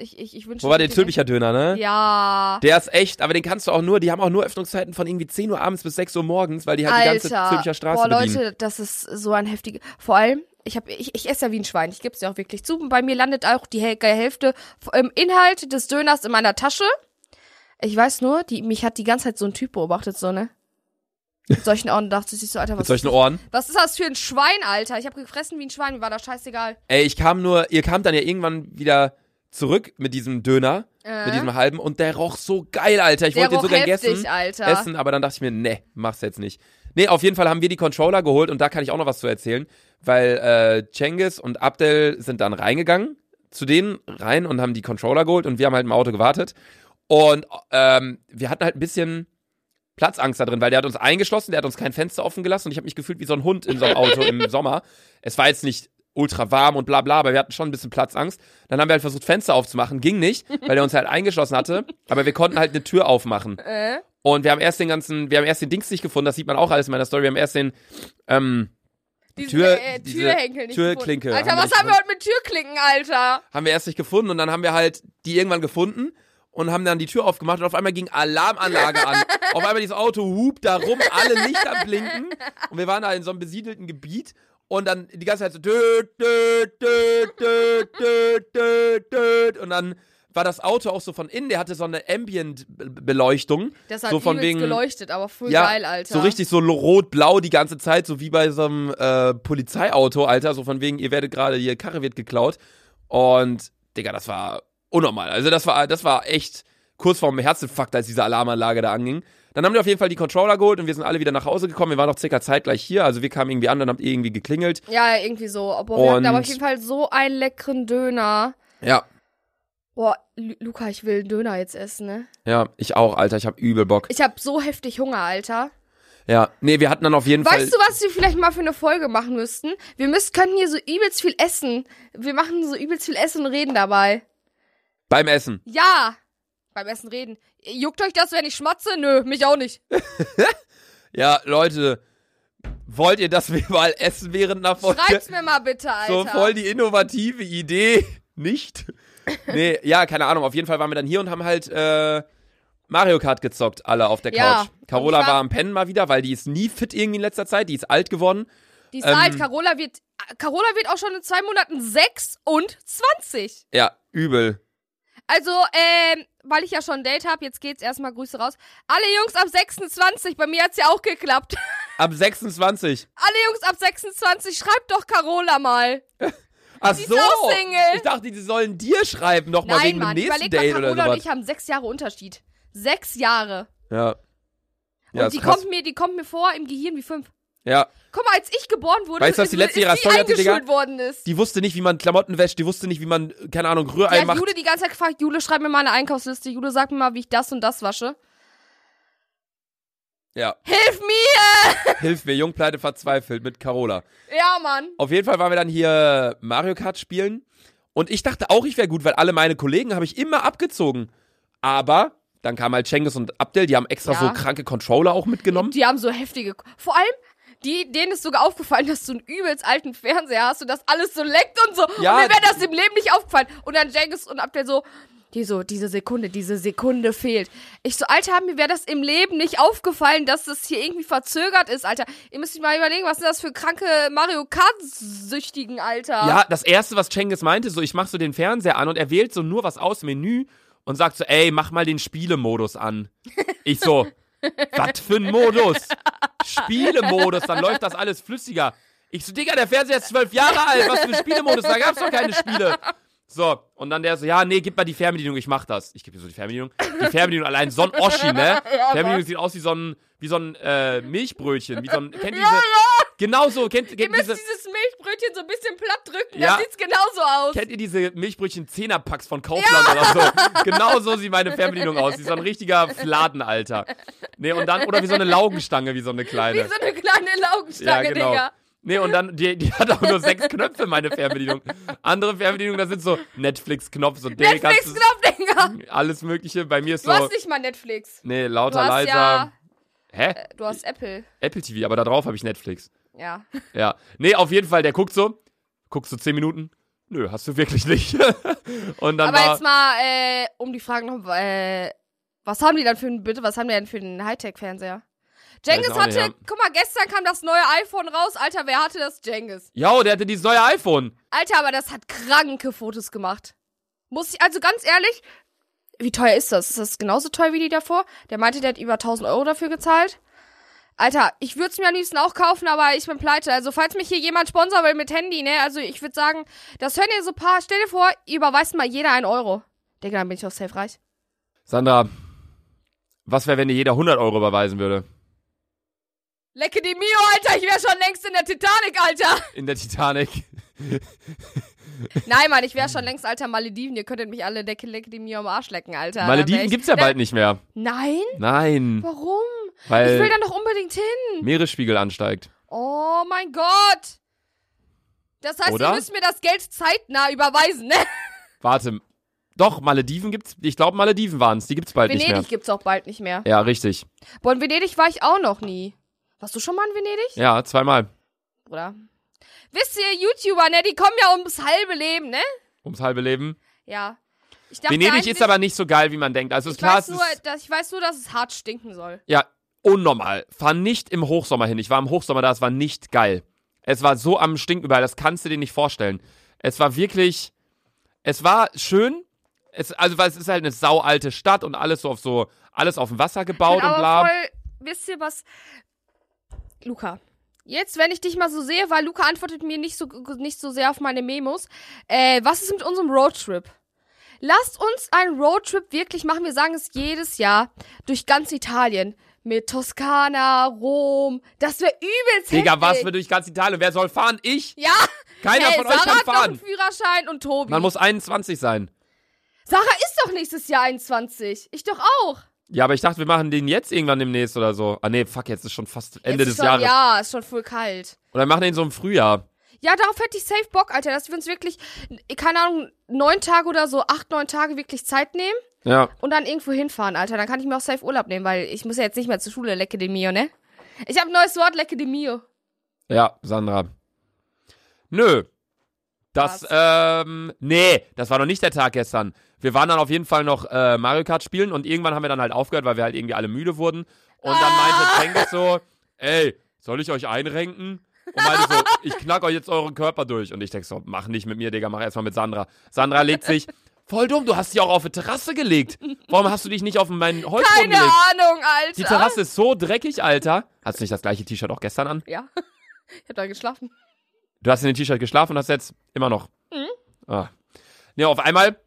B: Ich, ich, ich wünsche
A: Wo war
B: mir
A: der Zülpicher Döner, ne?
B: Ja.
A: Der ist echt, aber den kannst du auch nur, die haben auch nur Öffnungszeiten von irgendwie 10 Uhr abends bis 6 Uhr morgens, weil die halt die ganze
B: Alter.
A: Zülpicher Straße
B: Boah,
A: bedienen.
B: Leute, das ist so ein heftiger. Vor allem, ich, hab, ich, ich esse ja wie ein Schwein. Ich gebe es ja auch wirklich zu. Bei mir landet auch die Hel- Hälfte im Inhalt des Döners in meiner Tasche. Ich weiß nur, die, mich hat die ganze Zeit so ein Typ beobachtet, so, ne? Mit solchen Ohren dachte ich so, Alter,
A: Mit
B: was,
A: solchen Ohren.
B: was ist das für ein Schwein, Alter? Ich habe gefressen wie ein Schwein, mir war das scheißegal.
A: Ey, ich kam nur, ihr kamt dann ja irgendwann wieder zurück mit diesem Döner,
B: Äh,
A: mit diesem halben und der roch so geil, Alter. Ich wollte den
B: roch
A: so gern
B: heftig,
A: essen.
B: Alter.
A: essen, aber dann dachte ich mir, nee, mach's jetzt nicht. Nee, auf jeden Fall haben wir die Controller geholt und da kann ich auch noch was zu erzählen, weil äh, Cengiz und Abdel sind dann reingegangen, zu denen rein und haben die Controller geholt und wir haben halt im Auto gewartet und ähm, wir hatten halt ein bisschen Platzangst da drin, weil der hat uns eingeschlossen, der hat uns kein Fenster offen gelassen und ich habe mich gefühlt wie so ein Hund in so einem Auto im Sommer. Es war jetzt nicht ultra warm und bla bla, aber wir hatten schon ein bisschen Platzangst. Dann haben wir halt versucht, Fenster aufzumachen, ging nicht, weil der uns halt eingeschlossen hatte, aber wir konnten halt eine Tür aufmachen.
B: Äh,
A: Und wir haben erst den ganzen, wir haben erst den Dings nicht gefunden, das sieht man auch alles in meiner Story. Wir haben erst den, ähm,
B: diesen,
A: Tür-
B: äh,
A: diese
B: Türhenkel nicht
A: Türklinke
B: gefunden.
A: haben wir
B: Alter, was
A: nicht
B: haben wir heute mit Türklinken, Alter?
A: haben wir erst nicht gefunden und dann haben wir halt die irgendwann gefunden und haben dann die Tür aufgemacht und auf einmal ging Alarmanlage an. auf einmal dieses Auto hupt da rum, alle Lichter blinken und wir waren da in so einem besiedelten Gebiet und dann die ganze Zeit so düt, düt, düt, düt, düt, düt, düt. und dann war das Auto auch so von innen, der hatte so eine Ambient-Beleuchtung.
B: Das hat
A: so von
B: übelst
A: wegen,
B: geleuchtet, aber voll geil, Alter.
A: So richtig so rot-blau die ganze Zeit, so wie bei so einem äh, Polizeiauto, Alter. So von wegen, ihr werdet gerade, ihr Karre wird geklaut. Und, Digga, das war unnormal. Also das war, das war echt kurz vorm Herzinfarkt, als diese Alarmanlage da anging. Dann haben wir auf jeden Fall die Controller geholt und wir sind alle wieder nach Hause gekommen. Wir waren noch circa zeitgleich hier. Also wir kamen irgendwie an, dann habt ihr irgendwie geklingelt.
B: Ja, irgendwie so. Aber wir hatten
A: Und-
B: aber auf jeden Fall so einen leckeren Döner.
A: Ja.
B: Boah, Lu- Luca, ich will einen Döner jetzt essen, ne?
A: Ja, ich auch, Alter. Ich hab übel Bock.
B: Ich hab so heftig Hunger, Alter.
A: Ja. Nee, wir hatten dann auf jeden Fall.
B: Weißt du, was wir vielleicht mal für eine Folge machen müssten? Wir müssten, könnten hier so übelst viel essen. Wir machen so übelst viel Essen und reden dabei.
A: beim Essen.
B: Ja! Beim Essen reden. Juckt euch das, wenn ich schmatze? Nö, mich auch nicht.
A: Ja, Leute. Wollt ihr, dass wir mal essen während einer Folge?
B: Schreibt's mir mal bitte, Alter.
A: So voll die innovative Idee. Nicht? Nee, ja, keine Ahnung. Auf jeden Fall waren wir dann hier und haben halt äh, Mario Kart gezockt, alle auf der
B: Ja,
A: Couch. Carola
B: und ich war-
A: war am Pennen mal wieder, weil die ist nie fit irgendwie in letzter Zeit. Die ist alt geworden.
B: die ist
A: ähm,
B: alt. Carola wird, Carola wird auch schon in zwei Monaten sechs und zwanzig.
A: Ja, übel.
B: Also, ähm, weil ich ja schon ein Date habe, jetzt geht's erstmal Grüße raus. Alle Jungs ab 26, bei mir hat's ja auch geklappt.
A: Ab 26.
B: Alle Jungs ab 26, schreibt doch Carola mal.
A: Ach
B: ist
A: so.
B: auch Single.
A: Ich dachte, die sollen dir schreiben nochmal
B: Nein,
A: wegen
B: Mann,
A: dem nächsten
B: überleg mal,
A: Date oder
B: Carola und
A: sowas.
B: ich haben sechs Jahre Unterschied. Sechs Jahre.
A: Ja.
B: Und
A: Ja, ist
B: die
A: krass.
B: kommt mir, die kommt mir vor im Gehirn wie fünf.
A: ja,
B: Guck mal, als ich geboren wurde,
A: Weißt du, was
B: ist,
A: die letzte
B: ist
A: ihrer
B: sie
A: Story hatte, Digga?
B: eingeschult worden ist.
A: die wusste nicht, wie man Klamotten wäscht, die wusste nicht, wie man, keine Ahnung,
B: Die
A: Rührei
B: hat
A: macht.
B: Jule die ganze Zeit gefragt, Jule, schreib mir mal eine Einkaufsliste. Jule, sag mir mal, wie ich das und das wasche.
A: Ja,
B: Hilf mir!
A: hilf mir, Jungpleite verzweifelt mit Carola.
B: Ja, Mann.
A: Auf jeden Fall waren wir dann hier Mario Kart spielen. Und ich dachte auch, ich wäre gut, weil alle meine Kollegen habe ich immer abgezogen. Aber Dann kamen halt Cengiz und Abdel, die haben extra
B: Ja.
A: so kranke Controller auch mitgenommen.
B: Die haben so heftige. Vor allem, die, denen ist sogar aufgefallen, dass du einen übelst alten Fernseher hast und das alles so leckt und so.
A: Ja.
B: Und mir wäre das im Leben nicht aufgefallen. Und dann Jenkins und Abdel so. Die so, diese Sekunde, diese Sekunde fehlt. Ich so, Alter, mir wäre das im Leben nicht aufgefallen, dass das hier irgendwie verzögert ist, Alter. Ihr müsst euch mal überlegen, was sind das für kranke Mario Kart-Süchtigen, Alter.
A: Ja, das erste, was Cengiz meinte, so ich mach so den Fernseher an und er wählt so nur was aus dem Menü und sagt so, ey, mach mal den Spielemodus an. Ich so, was für ein Modus? Spielemodus, dann läuft das alles flüssiger. Ich so, Digga, der Fernseher ist zwölf Jahre alt, was für ein Spielemodus, da gab's doch keine Spiele. So, und dann der so, ja, nee, gib mal die Fernbedienung, ich mach das. Ich gebe dir so die Fernbedienung. Die Fernbedienung allein, so ein Oschi, ne? Fernbedienung sieht aus wie so ein, wie so ein äh, Milchbrötchen, wie so ein, kennt ihr diese, genau so, kennt,
B: Ihr
A: kennt
B: müsst
A: diese,
B: dieses Milchbrötchen so ein bisschen platt drücken,
A: Ja.
B: dann sieht's genauso aus.
A: Kennt ihr diese Milchbrötchen Zehnerpacks von Kaufland oder so? Genau so sieht meine Fernbedienung aus. Die ist so ein richtiger Fladen, Alter. Nee, und dann, oder wie so eine Laugenstange, wie so eine kleine.
B: Wie so eine kleine Laugenstange,
A: genau.
B: Digga.
A: Nee, und dann, die, die hat auch nur sechs Knöpfe, meine Fernbedienung. Andere Fernbedienungen, da sind so Netflix-Knopf, so der kannst du-
B: Netflix-Knopf, Digga.
A: alles mögliche. Bei mir ist
B: Du
A: so,
B: hast nicht mal Netflix.
A: nee,
B: Du
A: lauter,
B: hast
A: leiser.
B: ja,
A: Hä?
B: du hast Apple.
A: Apple TV, aber da drauf habe ich Netflix.
B: Ja.
A: Ja. Nee, auf jeden Fall, der guckt so, guckst du so zehn Minuten. Nö, hast du wirklich nicht. und dann
B: Aber
A: war,
B: jetzt mal, äh, um die Frage noch, äh, was haben die dann für einen, bitte, was haben die denn für einen Hightech-Fernseher?
A: Weiß
B: Jengis
A: auch
B: hatte,
A: nicht, ja.
B: guck mal, gestern kam das neue iPhone raus. Alter, wer hatte das? Jengis.
A: Jo, der hatte dieses neue iPhone.
B: Alter, aber das hat kranke Fotos gemacht. Muss ich, also ganz ehrlich, wie teuer ist das? Ist das genauso teuer wie die davor? Der meinte, der hat über 1000 Euro dafür gezahlt. Alter, ich würde es mir am liebsten auch kaufen, aber ich bin pleite. Also falls mich hier jemand sponsern will mit Handy, ne? Also ich würde sagen, das hören ja so ein paar. Stell dir vor, ihr überweist mal jeder einen Euro. Digga, dann bin ich doch safe reich.
A: Sandra, was wäre, wenn dir jeder 100 Euro überweisen würde?
B: Lecke die Mio, Alter, ich wäre schon längst in der Titanic, Alter.
A: In der Titanic.
B: Nein, Mann, ich wäre schon längst, Alter, Malediven. Ihr könntet mich alle decke, lecke die Mio am Arsch lecken, Alter. Dann wär
A: Malediven
B: ich-
A: gibt's ja bald nicht mehr.
B: Nein?
A: Nein,
B: Warum? Ich will
A: weil
B: dann doch unbedingt hin.
A: Meeresspiegel ansteigt.
B: Oh mein Gott. Das heißt,
A: Oder? Halt
B: ihr müsst mir das Geld zeitnah überweisen, ne?
A: Warte. Doch, Malediven gibt's. Ich glaube, Malediven waren's. Die gibt's bald
B: Venedig
A: nicht
B: gibt's auch bald nicht mehr.
A: mehr. Ja, richtig.
B: Boah, in Venedig war ich auch noch nie. Warst du schon mal in Venedig?
A: Ja, zweimal.
B: Oder? Wisst ihr, YouTuber, ne? Die kommen ja ums halbe Leben, ne?
A: Ums halbe Leben.
B: Ja. Ich dachte
A: Venedig
B: eigentlich,
A: ist aber nicht so geil, wie man denkt. Also, ist
B: ich
A: klar,
B: weiß,
A: es
B: nur,
A: ist
B: dass, ich weiß nur, dass es hart stinken soll.
A: ja unnormal. Fahr nicht im Hochsommer hin. Ich war im Hochsommer da, es war nicht geil. Es war so am Stinken überall, das kannst du dir nicht vorstellen. Es war wirklich, es war schön. Es, also, weil es ist halt eine saualte Stadt und alles so auf so, alles auf dem Wasser gebaut
B: Bin
A: und
B: aber
A: bla.
B: Genau, voll, wisst ihr was? Luca. Jetzt, wenn ich dich mal so sehe, weil Luca antwortet mir nicht so, nicht so sehr auf meine Memos. Äh, was ist mit unserem Roadtrip? Lasst uns einen Roadtrip wirklich machen. Wir sagen es jedes Jahr durch ganz Italien. Mit Toskana, Rom. Das wäre übelst
A: Digga,
B: heftig.
A: was wird durch ganz Italien? Wer soll fahren? Ich?
B: Ja,
A: Keiner
B: ey,
A: von
B: Sarah
A: euch kann
B: hat noch einen
A: fahren.
B: Führerschein und Tobi.
A: Man muss 21 sein.
B: Sarah ist doch nächstes Jahr 21. Ich doch auch.
A: Ja, aber ich dachte, wir machen den jetzt irgendwann demnächst oder so. Ah, nee, fuck, jetzt ist schon fast Ende des
B: Jetzt ist schon,
A: Jahres.
B: Ja, ist schon voll kalt.
A: Oder wir machen den so im Frühjahr.
B: Ja, darauf hätte ich safe Bock, Alter, dass wir uns wirklich, keine Ahnung, neun Tage oder so, acht, neun Tage wirklich Zeit nehmen
A: Ja.
B: und dann irgendwo hinfahren, Alter. Dann kann ich mir auch safe Urlaub nehmen, weil ich muss ja jetzt nicht mehr zur Schule, Lecke de Mio, ne? Ich habe ein neues Wort, Lecke de Mio.
A: Ja, Sandra. Nö. Das,
B: Was?
A: ähm, nee, das war noch nicht der Tag gestern. Wir waren dann auf jeden Fall noch äh, Mario Kart spielen und irgendwann haben wir dann halt aufgehört, weil wir halt irgendwie alle müde wurden. Und dann
B: Ah.
A: meinte Cengiz so, ey, soll ich euch einrenken? Und meinte so, ich knack euch jetzt euren Körper durch. Und ich denk so, mach nicht mit mir, Digga, mach erstmal mit Sandra. Sandra legt sich, voll dumm, du hast sie auch auf eine Terrasse gelegt. Warum hast du dich nicht auf meinen Holzboden
B: Keine
A: gelegt?
B: Ahnung, Alter.
A: Die Terrasse ist so dreckig, Alter. Hast du nicht das gleiche T-Shirt auch gestern an?
B: Ja. Ich hab da geschlafen.
A: Du hast in dem T-Shirt geschlafen und hast jetzt immer noch.
B: Mhm.
A: Ah. Ne, auf einmal,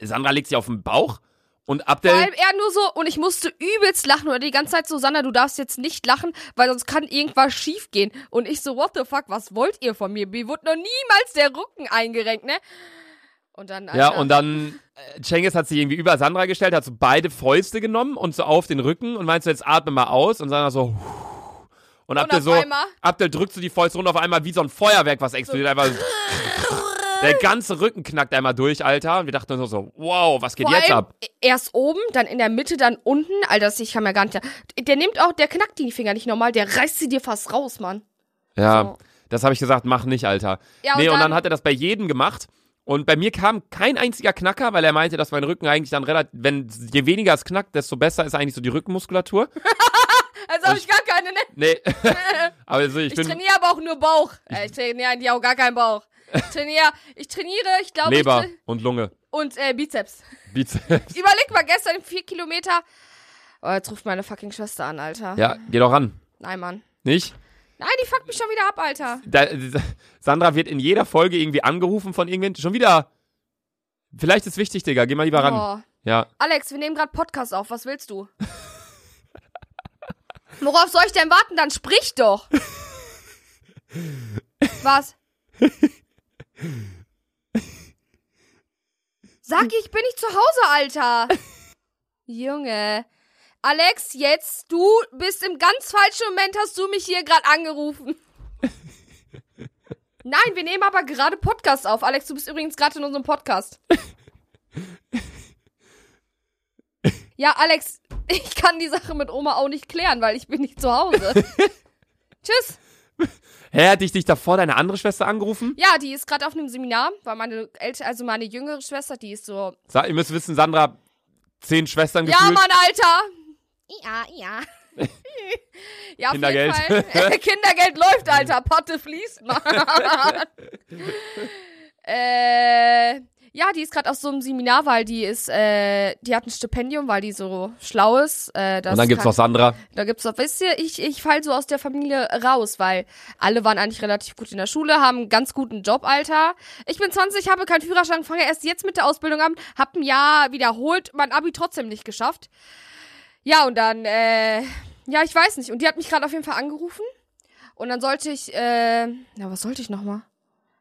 A: äh, Sandra legt sich auf den Bauch und Abdel.
B: Vor allem er nur so, und ich musste übelst lachen oder die ganze Zeit so, Sandra, du darfst jetzt nicht lachen, weil sonst kann irgendwas schief gehen. Und ich so, what the fuck, was wollt ihr von mir? Mir wurde noch niemals der Rücken eingerenkt, ne? Und dann, Alter,
A: ja, und dann, äh, Cengiz hat sich irgendwie über Sandra gestellt, hat so beide Fäuste genommen und so auf den Rücken und meinst du, jetzt atme mal aus und Sandra so. "Huh." Und Abdel
B: auf
A: so,
B: einmal?
A: Abdel drückt so die Fäuste runter auf einmal wie so ein Feuerwerk, was explodiert. Einfach so. Der ganze Rücken knackt einmal durch, Alter. Und wir dachten uns so, wow, was geht
B: Vor
A: jetzt
B: allem
A: ab?
B: erst oben, dann in der Mitte, dann unten. Alter, das- ich kann mir gar nicht. Der nimmt auch, der knackt die Finger nicht normal, der reißt sie dir fast raus, Mann.
A: Ja,
B: So.
A: das habe ich gesagt, mach nicht, Alter.
B: Ja, und
A: nee, und dann
B: dann-
A: hat er das bei jedem gemacht. Und bei mir kam kein einziger Knacker, weil er meinte, dass mein Rücken eigentlich dann relativ, wenn je weniger es knackt, desto besser ist eigentlich so die Rückenmuskulatur.
B: Also habe ich gar keine. Ne?
A: Nee. aber also ich,
B: Ich
A: bin
B: trainiere aber auch nur Bauch. Äh, ich trainiere eigentlich auch gar keinen Bauch. Ich trainiere, ich trainiere, ich glaube, ich
A: Leber
B: tra-
A: und Lunge.
B: und äh, Bizeps.
A: Bizeps.
B: Überleg mal, gestern vier Kilometer. Oh, jetzt ruft meine fucking Schwester an, Alter.
A: Ja, geh doch ran.
B: Nein, Mann.
A: Nicht?
B: Nein, die fuckt mich schon wieder ab, Alter.
A: Da, Sandra wird in jeder Folge irgendwie angerufen von irgendwen. Schon wieder. Vielleicht ist wichtig, Digga. Geh mal lieber ran.
B: Oh.
A: Ja.
B: Alex, wir nehmen gerade Podcast auf. Was willst du? Worauf soll ich denn warten? Dann sprich doch. Was? Sag ich, bin ich zu Hause, Alter. Junge. Alex, jetzt, du bist im ganz falschen Moment, hast du mich hier gerade angerufen. Nein, wir nehmen aber gerade Podcast auf. Alex, du bist übrigens gerade in unserem Podcast. Ja, Alex, ich kann die Sache mit Oma auch nicht klären, weil ich bin nicht zu Hause. Tschüss.
A: Hä, hat dich, dich davor deine andere Schwester angerufen?
B: Ja, die ist gerade auf einem Seminar, weil meine ältere, also meine jüngere Schwester, die ist so.
A: Sa ihr müsst wissen, Sandra hat zehn Schwestern
B: Ja,
A: gefühlt.
B: Mann, Alter. Ja, ja. ja, auf
A: Kindergeld.
B: jeden Fall. Kindergeld läuft, Alter. Patte fließt, Mann. äh, ja, die ist gerade auf so einem Seminar, weil die ist, äh, die hat ein Stipendium, weil die so schlau ist. Äh, das
A: Und dann gibt's
B: kann-
A: noch Sandra.
B: Da gibt's doch, wisst ihr, ich, ich fall so aus der Familie raus, weil alle waren eigentlich relativ gut in der Schule, haben einen ganz guten Jobalter. Ich bin 20, habe keinen Führerschein, fange erst jetzt mit der Ausbildung an, hab ein Jahr wiederholt, mein Abi trotzdem nicht geschafft. Ja, und dann, äh, ja, ich weiß nicht. Und die hat mich gerade auf jeden Fall angerufen. Und dann sollte ich, äh, na, was sollte ich nochmal?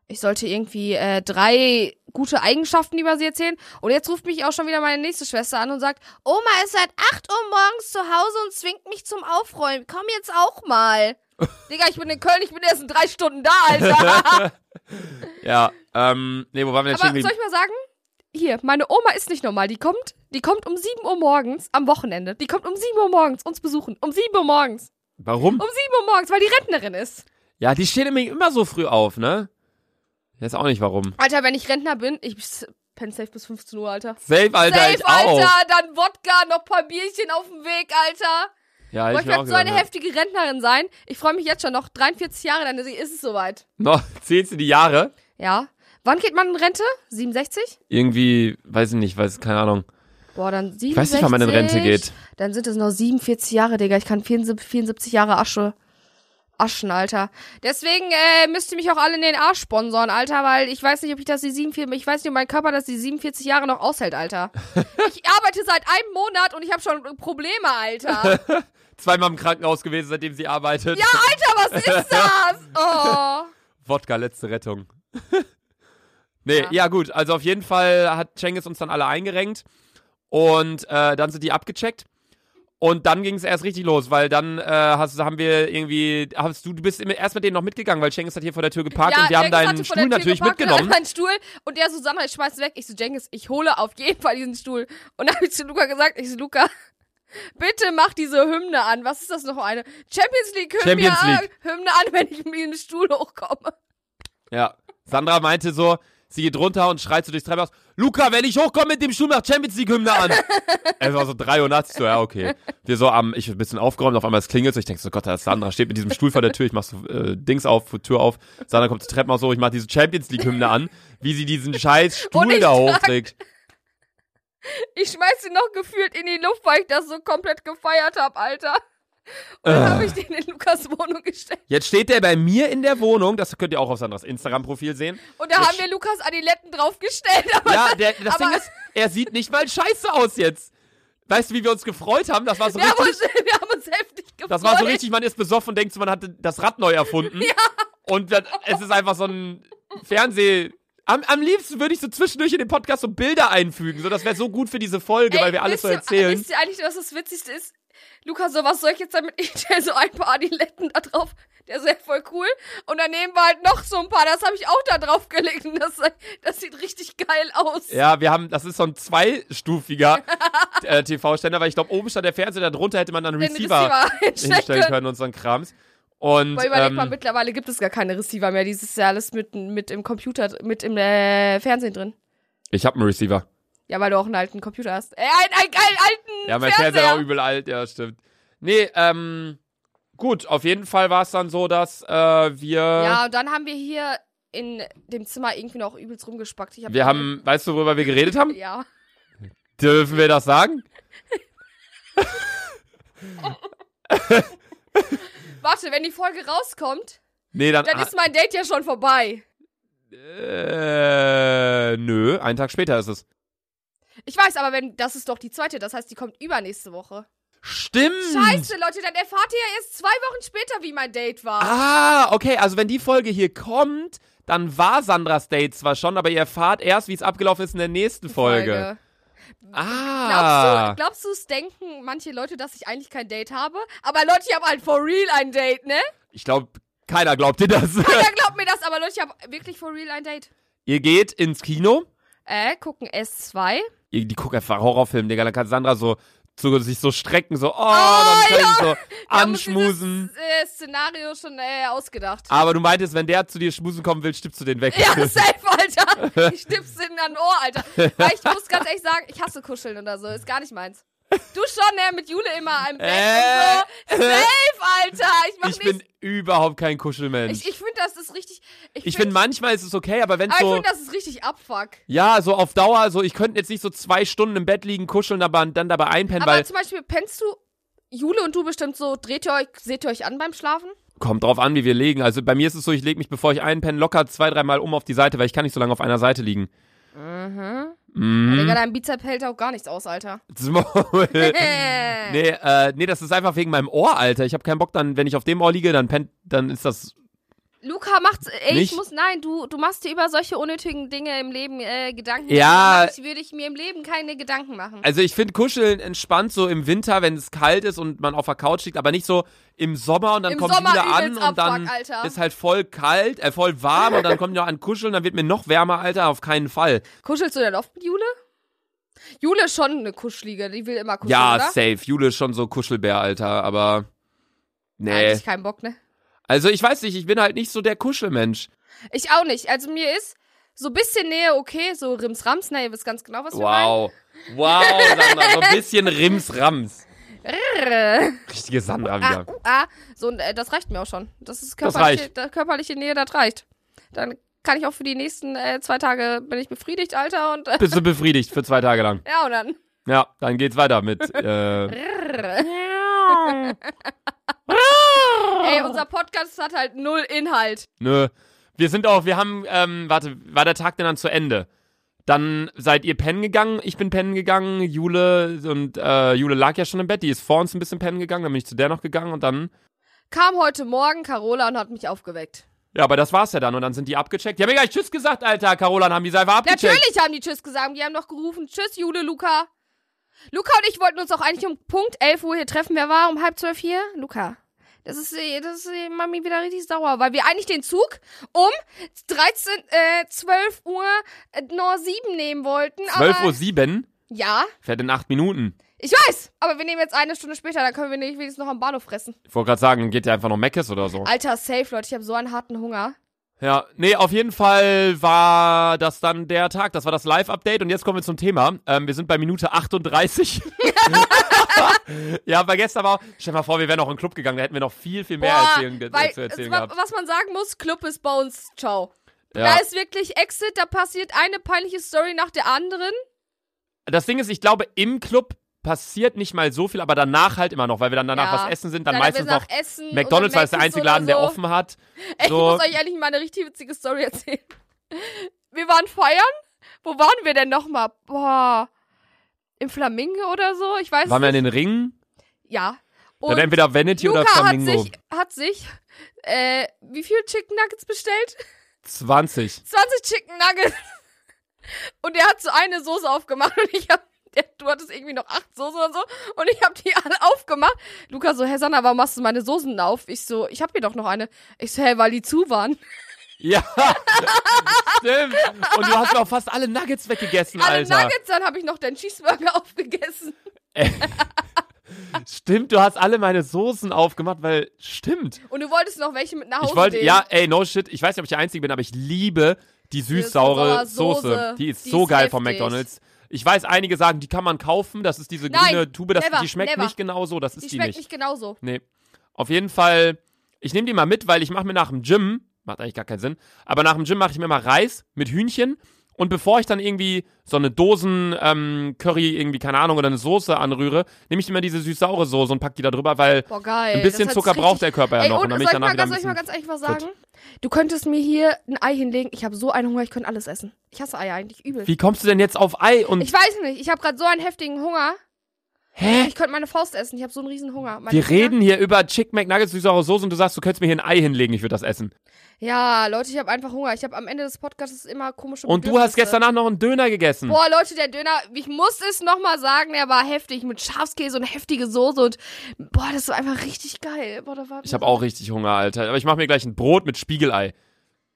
B: Ich sollte irgendwie äh, drei gute Eigenschaften über sie erzählen. Und jetzt ruft mich auch schon wieder meine nächste Schwester an und sagt, Oma ist seit 8 Uhr morgens zu Hause und zwingt mich zum Aufräumen. Komm jetzt auch mal. Digga, ich bin in Köln, ich bin erst in drei Stunden da, Alter.
A: Ja. Ähm, nee, wo waren wir denn stehen
B: Aber
A: geblieben?
B: soll ich mal sagen? Hier, meine Oma ist nicht normal. Die kommt, die kommt um 7 Uhr morgens am Wochenende. Die kommt um 7 Uhr morgens uns besuchen. Um 7 Uhr morgens.
A: Warum?
B: Um 7 Uhr morgens, weil die Rentnerin ist.
A: Ja, die stehen nämlich immer so früh auf, ne? Ich weiß auch nicht warum.
B: Alter, wenn ich Rentner bin, ich penne safe bis 15 Uhr, Alter.
A: Safe, Alter,
B: Safe,
A: ich Äh, auch.
B: Alter, dann Wodka, noch paar Bierchen auf dem Weg, Alter.
A: Ja,
B: Wollte
A: ich mir auch ne?
B: gerade so eine
A: gedacht,
B: heftige Rentnerin sein. Ich freue mich jetzt schon noch. 43 Jahre, dann ist es soweit.
A: ja. Noch, zählst du die Jahre?
B: Ja. Wann geht man in Rente? 67?
A: Irgendwie, weiß ich nicht, weiß, keine Ahnung.
B: Boah, dann 67.
A: Ich weiß nicht, wann man in Rente geht.
B: Dann sind es noch 47 Jahre, Digga. Ich kann 74, 74 Jahre Asche. Aschen, Alter. Deswegen äh, müsst ihr mich auch alle in den Arsch sponsoren, Alter, weil ich weiß nicht, ob ich das die 47, ich weiß nicht, ob mein Körper das die 47 Jahre noch aushält, Alter. ich arbeite seit einem Monat und ich habe schon Probleme, Alter.
A: Zweimal im Krankenhaus gewesen, seitdem sie arbeitet.
B: Ja, Alter, was ist das? Oh.
A: Wodka, letzte Rettung. nee, ja.
B: Ja.
A: gut, also auf jeden Fall hat Cengiz uns dann alle eingerenkt und äh, dann sind die abgecheckt. Und dann ging es erst richtig los, weil dann äh, hast, haben wir irgendwie, hast du, du bist immer erst mit denen noch mitgegangen, weil Cengiz hat hier vor der Tür geparkt und wir haben
B: Jengis
A: deinen
B: hatte
A: Stuhl
B: vor der Tür
A: natürlich
B: geparkt und
A: mitgenommen.
B: Meinen Stuhl und der so, Sandra, ich schmeiß weg. Ich so, Jenkins, ich hole auf jeden Fall diesen Stuhl. Und dann habe ich zu Luca gesagt, ich so, Luca, bitte mach diese Hymne an. Was ist das noch eine? Champions League Hymne,
A: Champions
B: an-
A: League.
B: Hymne an, wenn ich mit dem Stuhl hochkomme.
A: Ja. Sandra meinte so, sie geht runter und schreit so durchs Treppenhaus, Luca, wenn ich hochkomme mit dem Schuh, mach Champions League Hymne an. es war so 3 Uhr nachts, so, ja, okay. Wir so am, ich bin ein bisschen aufgeräumt, auf einmal es klingelt so, ich denk so, Gott, da ist Sandra, steht mit diesem Stuhl vor der Tür, ich mach so äh, Dings auf, Tür auf, Sandra kommt zur Treppenhaus hoch, ich mach diese Champions League Hymne an, wie sie diesen scheiß
B: Und
A: Stuhl
B: ich
A: da
B: trag-
A: hochträgt.
B: Ich schmeiß ihn noch gefühlt in die Luft, weil ich das so komplett gefeiert habe, Alter. Und dann
A: Äh.
B: habe ich den in Lukas Wohnung gestellt.
A: Jetzt steht der bei mir in der Wohnung, das könnt ihr auch auf Sandras Instagram-Profil sehen.
B: Und da
A: Ich-
B: haben wir Lukas Adiletten draufgestellt. Aber
A: Ja, der, das
B: aber-
A: Ding ist, er sieht nicht mal scheiße aus jetzt. Weißt du, wie wir uns gefreut haben? Das war so
B: wir, haben
A: richtig
B: uns, wir haben uns heftig gefreut.
A: Das war so richtig, man ist besoffen und denkt, so, man hat das Rad neu erfunden. Und dann, es ist einfach so ein Fernseh. Am, am liebsten würde ich so zwischendurch in den Podcast so Bilder einfügen. So, das wäre so gut für diese Folge, weil wir alles so
B: wisst ihr-
A: erzählen.
B: Wisst ihr eigentlich, was das Witzigste ist? Luca, so was soll ich jetzt damit? Ich stell so ein paar Adiletten da drauf. Der ist ja voll cool. Und daneben war halt noch so ein paar. Das habe ich auch da drauf gelegt. Und das, das sieht richtig geil aus.
A: Ja, wir haben, das ist so ein zweistufiger äh, TV-Ständer, weil ich glaube, oben stand der Fernseher, darunter hätte man dann einen
B: Den
A: Receiver,
B: einstecken
A: hinstellen können und so ein Krams. Und
B: Aber überleg mal,
A: ähm,
B: mittlerweile gibt es gar keine Receiver mehr. Dieses Jahr alles mit, mit im Computer, mit im äh, Fernsehen drin.
A: ich habe einen Receiver.
B: Ja, weil du auch einen alten Computer hast. Äh, einen, einen, einen alten
A: Ja, mein
B: Fernseher.
A: Fernseher war übel alt, ja, stimmt. Nee, ähm, gut, auf jeden Fall war es dann so, dass äh, wir,
B: Ja, und dann haben wir hier in dem Zimmer irgendwie noch übelst rumgespackt. Ich hab
A: wir haben, weißt du, worüber wir geredet haben?
B: Ja.
A: Dürfen wir das sagen?
B: Warte, wenn die Folge rauskommt,
A: Nee, dann,
B: dann ist mein Date ja schon vorbei.
A: äh, nö, einen Tag später ist es.
B: Ich weiß, aber wenn das ist doch die zweite, das heißt, die kommt übernächste Woche.
A: Stimmt!
B: Scheiße, Leute, dann erfahrt ihr ja erst zwei Wochen später, wie mein Date war.
A: Ah, okay, also wenn die Folge hier kommt, dann war Sandras Date zwar schon, aber ihr erfahrt erst, wie es abgelaufen ist in der nächsten Folge.
B: Glaubst
A: Ah.
B: du, glaubst du, es denken manche Leute, dass ich eigentlich kein Date habe? Aber Leute, ich habe halt for real ein Date, ne?
A: Ich glaube, keiner glaubt dir das.
B: Keiner glaubt mir das, aber Leute, ich habe wirklich for real ein Date.
A: ihr geht ins Kino.
B: Äh, gucken S2.
A: Ihr- die guckt einfach Horrorfilm, Digga. Dann kann Sandra so, so sich so strecken, so, oh, dann kann ich so anschmusen.
B: Wir haben uns dieses, äh, Szenario schon äh, ausgedacht.
A: Aber du meintest, wenn der zu dir schmusen kommen will, stippst du den weg.
B: Ja, safe, Alter. Ich stipp's in an Ohr, Alter. Weil ich muss ganz ehrlich sagen, ich hasse Kuscheln oder so. Ist gar nicht meins. Du schon, ne? Mit Jule immer im Bett
A: Äh.
B: und so. Safe, Alter. Ich mach
A: ich bin
B: nichts.
A: überhaupt kein Kuschelmensch.
B: Ich, ich finde, das ist richtig. Ich,
A: Ich
B: find-
A: finde, manchmal ist es okay, aber wenn
B: Aber ich
A: so,
B: finde, das ist richtig Abfuck.
A: ja, so auf Dauer, so, ich könnte jetzt nicht so zwei Stunden im Bett liegen, kuscheln, aber dann dabei einpennen,
B: Aber
A: weil,
B: zum Beispiel, pennst du, Jule und du bestimmt so, dreht ihr euch, seht ihr euch an beim Schlafen?
A: kommt drauf an, wie wir legen. Also bei mir ist es so, ich lege mich, bevor ich einpenne, locker zwei, dreimal um auf die Seite, weil ich kann nicht so lange auf einer Seite liegen.
B: Mhm. Digga, dein Bizep hält auch gar nichts aus, Alter.
A: Das Maul. Nee, äh, nee, das ist einfach wegen meinem Ohr, Alter. Ich habe keinen Bock, dann, wenn ich auf dem Ohr liege, dann pennt, dann ist das.
B: Luca macht's, ey,
A: Nicht?
B: ich muss, nein, du, du machst dir über solche unnötigen Dinge im Leben äh, Gedanken.
A: Ja.
B: Ich würde ich mir im Leben keine Gedanken machen.
A: Also ich finde Kuscheln entspannt so im Winter, wenn es kalt ist und man auf der Couch liegt, aber nicht so im Sommer und dann
B: Im
A: kommt
B: Sommer
A: wieder an
B: übelst
A: und dann
B: Abfuck, Alter.
A: ist halt voll kalt, äh, voll warm und dann kommt noch an Kuscheln, dann wird mir noch wärmer, Alter, auf keinen Fall.
B: Kuschelst du denn oft mit Jule? Jule ist schon eine Kuschelige, die will immer kuscheln,
A: ja,
B: oder?
A: safe. Jule ist schon so Kuschelbär, Alter, aber nee.
B: Eigentlich keinen Bock, ne?
A: Also ich weiß nicht, ich bin halt nicht so der Kuschelmensch.
B: Ich auch nicht. Also mir ist so ein bisschen Nähe okay, so Rims-Rams, ne, ihr wisst ganz genau, was wir meinen.
A: Wow. Wow, Sandra, so ein bisschen Rims-Rams.
B: Brrr.
A: Richtige Sandra
B: Ah,
A: wieder.
B: uh, ah. So, und, äh, das reicht mir auch schon. Das ist
A: Das
B: körperliche,
A: reicht.
B: da- körperliche Nähe, das reicht. Dann kann ich auch für die nächsten äh, zwei Tage bin ich befriedigt, Alter. Und äh,
A: Bist du befriedigt für zwei Tage lang.
B: ja, und dann.
A: Ja, dann geht's weiter mit. Äh, Oh.
B: Ey, unser Podcast hat halt null Inhalt.
A: nö. Wir sind auch, wir haben, ähm, warte, war der Tag denn dann zu Ende? Dann seid ihr pennen gegangen, ich bin pennen gegangen, Jule und äh, Jule lag ja schon im Bett, die ist vor uns ein bisschen pennen gegangen, dann bin ich zu der noch gegangen und dann.
B: Kam heute Morgen Carola und hat mich aufgeweckt.
A: Ja, aber das war's ja dann und dann sind die abgecheckt. Die haben mir gleich Tschüss gesagt, Alter, Carola, dann haben die es einfach abgecheckt.
B: Natürlich haben die Tschüss gesagt. Die haben noch gerufen. Tschüss, Jule, Luca. Luca und ich wollten uns auch eigentlich um Punkt 11 Uhr hier treffen. Wer war um halb zwölf hier? Luca. Das ist, äh, das ist äh, Mami wieder richtig sauer, weil wir eigentlich den Zug um 13, äh, 12 Uhr äh, nur 7 nehmen wollten.
A: 12
B: aber,
A: Uhr 7,
B: Ja,
A: fährt in 8 Minuten.
B: ich weiß. Aber wir nehmen jetzt eine Stunde später, dann können wir nicht wenigstens noch am Bahnhof fressen.
A: Ich wollte gerade sagen, geht ja einfach noch Meckes oder so.
B: Alter, safe, Leute. Ich habe so einen harten Hunger.
A: Ja, nee, auf jeden Fall war das dann der Tag. Das war das Live-Update und jetzt kommen wir zum Thema. Ähm, wir sind bei Minute 38. ja, aber gestern war, stell dir mal vor, wir wären noch in den Club gegangen, da hätten wir noch viel, viel mehr
B: Boah,
A: erzählen, ge-
B: weil,
A: zu erzählen
B: wa-
A: gehabt.
B: Was man sagen muss, Club ist bei uns. Ciao. Da
A: Ja.
B: ist wirklich Exit, da passiert eine peinliche Story nach der anderen.
A: Das Ding ist, ich glaube, im Club passiert nicht mal so viel, aber danach halt immer noch, weil wir dann danach
B: Ja.
A: was essen sind, dann,
B: Dann
A: meistens
B: wir nach
A: noch
B: Essen
A: McDonalds,
B: oder
A: weil es der
B: Mc's
A: einzige
B: oder
A: Laden, der
B: so.
A: offen hat.
B: Ey,
A: so.
B: Ich muss euch ehrlich mal eine richtig witzige Story erzählen. Wir waren feiern. Wo waren wir denn nochmal? Boah. Im Flamingo oder so? Ich weiß
A: Waren wir
B: nicht.
A: in den Ringen?
B: Ja.
A: Dann entweder Vanity
B: Luca
A: oder Flamingo.
B: hat sich, hat sich äh, wie viel Chicken Nuggets bestellt?
A: 20.
B: 20 Chicken Nuggets. Und er hat so eine Soße aufgemacht und ich hab, der, du du hattest irgendwie noch acht Soßen und so. Und ich habe die alle aufgemacht. Luca so, hey Sanna, warum machst du meine Soßen auf? Ich so, ich habe hier doch noch eine. Ich so, hey, weil die zu waren.
A: Ja, stimmt. Und du hast auch fast alle Nuggets weggegessen,
B: Alle
A: Alter.
B: Nuggets, dann habe ich noch deinen Cheeseburger aufgegessen.
A: Stimmt, du hast alle meine Soßen aufgemacht, weil stimmt.
B: Und du wolltest noch welche mit nach Hause
A: Ich wollte,
B: nehmen.
A: ja, ey, no shit. Ich weiß nicht, ob ich der Einzige bin, aber ich liebe die süß-saure
B: süß-saure Soße.
A: Soße. Die ist
B: Die
A: so
B: ist
A: geil von
B: heftig.
A: McDonalds. Ich weiß, einige sagen, die kann man kaufen. Das ist diese
B: Nein,
A: grüne Tube. Das,
B: never,
A: die schmeckt
B: never.
A: nicht genau so. Das ist
B: Die
A: die,
B: schmeckt
A: nicht.
B: nicht genauso.
A: Nee. Auf jeden Fall, ich nehme die mal mit, weil ich mache mir nach dem Gym, macht eigentlich gar keinen Sinn, aber nach dem Gym mache ich mir mal Reis mit Hühnchen. Und bevor ich dann irgendwie so eine Dosen-Curry, irgendwie, keine Ahnung, oder eine Soße anrühre, nehme ich immer diese süß-saure Soße und pack die da drüber, weil
B: Boah, geil.
A: ein bisschen
B: Das
A: Zucker
B: hat's
A: braucht
B: richtig-
A: der Körper ja
B: Ey,
A: noch.
B: und
A: Und
B: soll
A: damit
B: ich,
A: ich danach
B: mal
A: wieder ein
B: ganz, soll ich
A: bisschen,
B: mal ganz ehrlich was sagen? Du könntest mir hier ein Ei hinlegen. Ich habe so einen Hunger, ich könnte alles essen. Ich hasse Eier eigentlich übel.
A: Wie kommst du denn jetzt auf Ei und
B: Ich weiß nicht, ich habe gerade so einen heftigen Hunger.
A: Hä?
B: Ich könnte meine Faust essen, ich habe so einen riesen Hunger. Meine
A: Wir
B: Finger-
A: reden hier über Chick McNuggets, süß-saure Soße und du sagst, du könntest mir hier ein Ei hinlegen, ich würde das essen.
B: Ja, Leute, ich habe einfach Hunger. Ich habe am Ende des Podcasts immer komische
A: Und du hast
B: Bedürfnisse.
A: gestern Nacht noch einen Döner gegessen.
B: Boah, Leute, der Döner, ich muss es nochmal sagen, der war heftig mit Schafskäse und heftige Soße und boah, das war einfach richtig geil. Boah, da war
A: Ich habe auch richtig Hunger, Alter. Aber ich mache mir gleich ein Brot mit Spiegelei.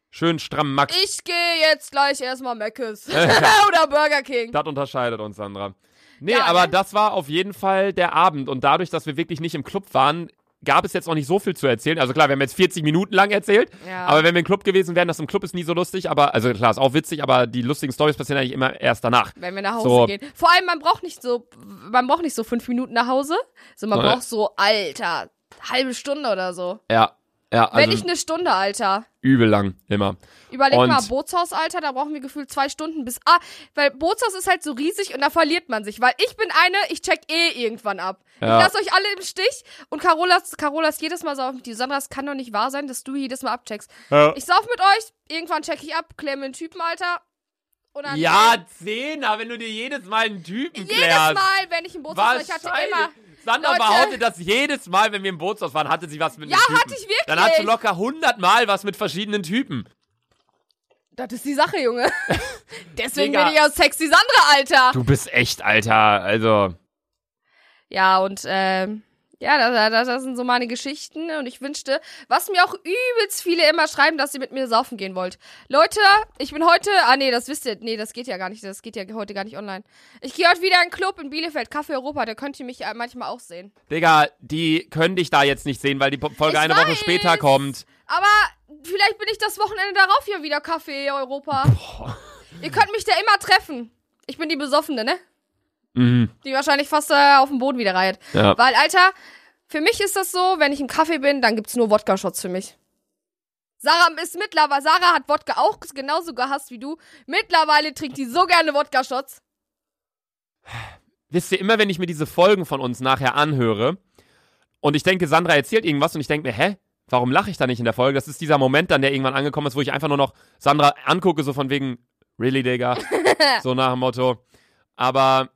A: Schön stramm Max.
B: Ich gehe jetzt gleich erstmal Mc's oder Burger King.
A: Das unterscheidet uns, Sandra. Nee,
B: Ja,
A: aber
B: ne?
A: das war auf jeden Fall der Abend. Und dadurch, dass wir wirklich nicht im Club waren, gab es jetzt auch nicht so viel zu erzählen. Also klar, wir haben jetzt 40 Minuten lang erzählt.
B: Ja.
A: Aber wenn wir im Club gewesen wären, das im Club ist nie so lustig. Aber, also klar, ist auch witzig, aber die lustigen Stories passieren eigentlich immer erst danach.
B: wenn wir nach Hause
A: So.
B: gehen. Vor allem, man braucht nicht so, man braucht nicht so fünf Minuten nach Hause, sondern man
A: Nein.
B: braucht so, Alter, halbe Stunde oder so.
A: Ja, ja,
B: Wenn ne-
A: also
B: nicht eine Stunde, Alter.
A: übel lang, immer.
B: Überleg
A: Und-
B: mal, Bootshaus, Alter, da brauchen wir gefühlt zwei Stunden bis. Ah, weil Bootshaus ist halt so riesig und da verliert man sich. Weil ich bin eine, ich check eh irgendwann ab.
A: Ja.
B: Ich lasse euch alle im Stich und Carolas, Carolas jedes Mal so auf mich. Die Sandra, es kann doch nicht wahr sein, dass du jedes Mal abcheckst.
A: Ja,
B: Ich sauf mit euch, irgendwann check ich ab, klär mir einen Typen, Alter. Und dann
A: ja Zehner, wenn du dir jedes Mal einen Typen
B: jedes
A: klärst.
B: Mal, wenn ich im Bootshaus war,
A: Was?
B: ich hatte immer.
A: Sandra
B: Leute.
A: behauptet, dass jedes Mal, wenn wir im Bootshaus waren, hatte sie was mit
B: Ja,
A: einem Typen.
B: hatte ich wirklich.
A: Dann hattest du locker 100 Mal was mit verschiedenen Typen.
B: Das ist die Sache, Junge. Deswegen
A: Digga.
B: bin ich ja sexy Sandra, Alter.
A: Du bist echt, Alter. Also,
B: Ja, und ähm, ja, da- da- da- das sind so meine Geschichten und ich wünschte, was mir auch übelst viele immer schreiben, dass ihr mit mir saufen gehen wollt. Leute, ich bin heute, ah nee, das wisst ihr, nee, das geht ja gar nicht, das geht ja heute gar nicht online. Ich gehe heute wieder in einen Club in Bielefeld, Café Europa, da könnt ihr mich äh, manchmal auch sehen.
A: Digga, die können dich da jetzt nicht sehen, weil die Po- Folge
B: Ich
A: eine Woche
B: weiß.
A: später kommt.
B: Aber vielleicht bin ich das Wochenende darauf hier wieder Café Europa. Ihr könnt mich da immer treffen. Ich bin die Besoffene, ne?
A: Mhm.
B: Die wahrscheinlich fast äh, auf dem Boden wieder reiht.
A: Ja.
B: Weil, Alter, für mich ist das so, wenn ich im Kaffee bin, dann gibt's nur Wodka-Shots für mich. Sarah ist mittlerweile, Sarah hat Wodka auch genauso gehasst wie du. Mittlerweile trinkt die so gerne Wodka-Shots.
A: Wisst ihr, immer wenn ich mir diese Folgen von uns nachher anhöre und ich denke, Sandra erzählt irgendwas und ich denke mir, hä? Warum lache ich da nicht in der Folge? Das ist dieser Moment dann, der irgendwann angekommen ist, wo ich einfach nur noch Sandra angucke, so von wegen, really, Digga? so nach dem Motto. Aber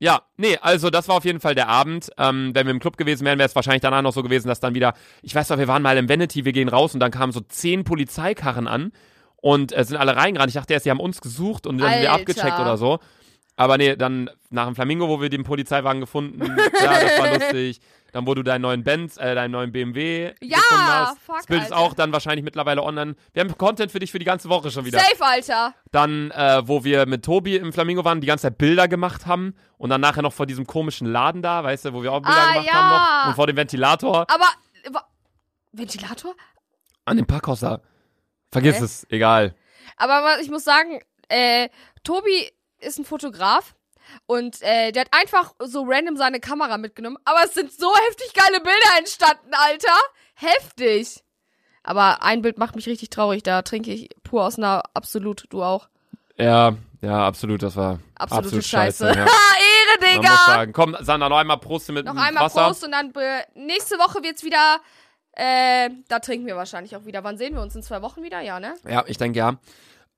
A: ja, nee, also das war auf jeden Fall der Abend. Ähm, wenn wir im Club gewesen wären, wäre es wahrscheinlich danach noch so gewesen, dass dann wieder, ich weiß noch, wir waren mal im Vanity, wir gehen raus und dann kamen so zehn Polizeikarren an und äh, sind alle reingerannt. Ich dachte erst, sie haben uns gesucht und dann sind wir
B: Alter.
A: abgecheckt oder so. Aber nee, dann nach dem Flamingo, wo wir den Polizeiwagen gefunden, ja, das war lustig. Dann, wo du deinen neuen Benz, äh, deinen neuen BMW
B: Ja,
A: gefunden hast.
B: fuck,
A: das Bild ist
B: Alter.
A: auch dann wahrscheinlich mittlerweile online. Wir haben Content für dich für die ganze Woche schon wieder.
B: Safe, Alter.
A: Dann, äh, wo wir mit Tobi im Flamingo waren, die ganze Zeit Bilder gemacht haben und dann nachher noch vor diesem komischen Laden da, weißt du, wo wir auch Bilder
B: Ah,
A: gemacht
B: ja.
A: haben noch und vor dem Ventilator
B: Aber, äh, wa- Ventilator?
A: an dem Parkhaus da. Vergiss
B: Hä?
A: es, egal.
B: Aber wa- ich muss sagen, äh, Tobi ist ein Fotograf. Und äh, der hat einfach so random seine Kamera mitgenommen. Aber es sind so heftig geile Bilder entstanden, Alter. Heftig. Aber ein Bild macht mich richtig traurig. Da trinke ich pur aus einer absolut, du auch.
A: Ja, ja, absolut, das war
B: Absolute
A: absolut scheiße.
B: Scheiße. Ah, Ehre,
A: ja. Man muss
B: Digga.
A: sagen, komm, Sandra, noch einmal Prost mit
B: Noch
A: dem
B: einmal
A: Wasser.
B: Prost und dann be- nächste Woche wird's wieder. Äh, da trinken wir wahrscheinlich auch wieder. Wann sehen wir uns? In zwei Wochen wieder? Ja, ne?
A: Ja, ich denke ja.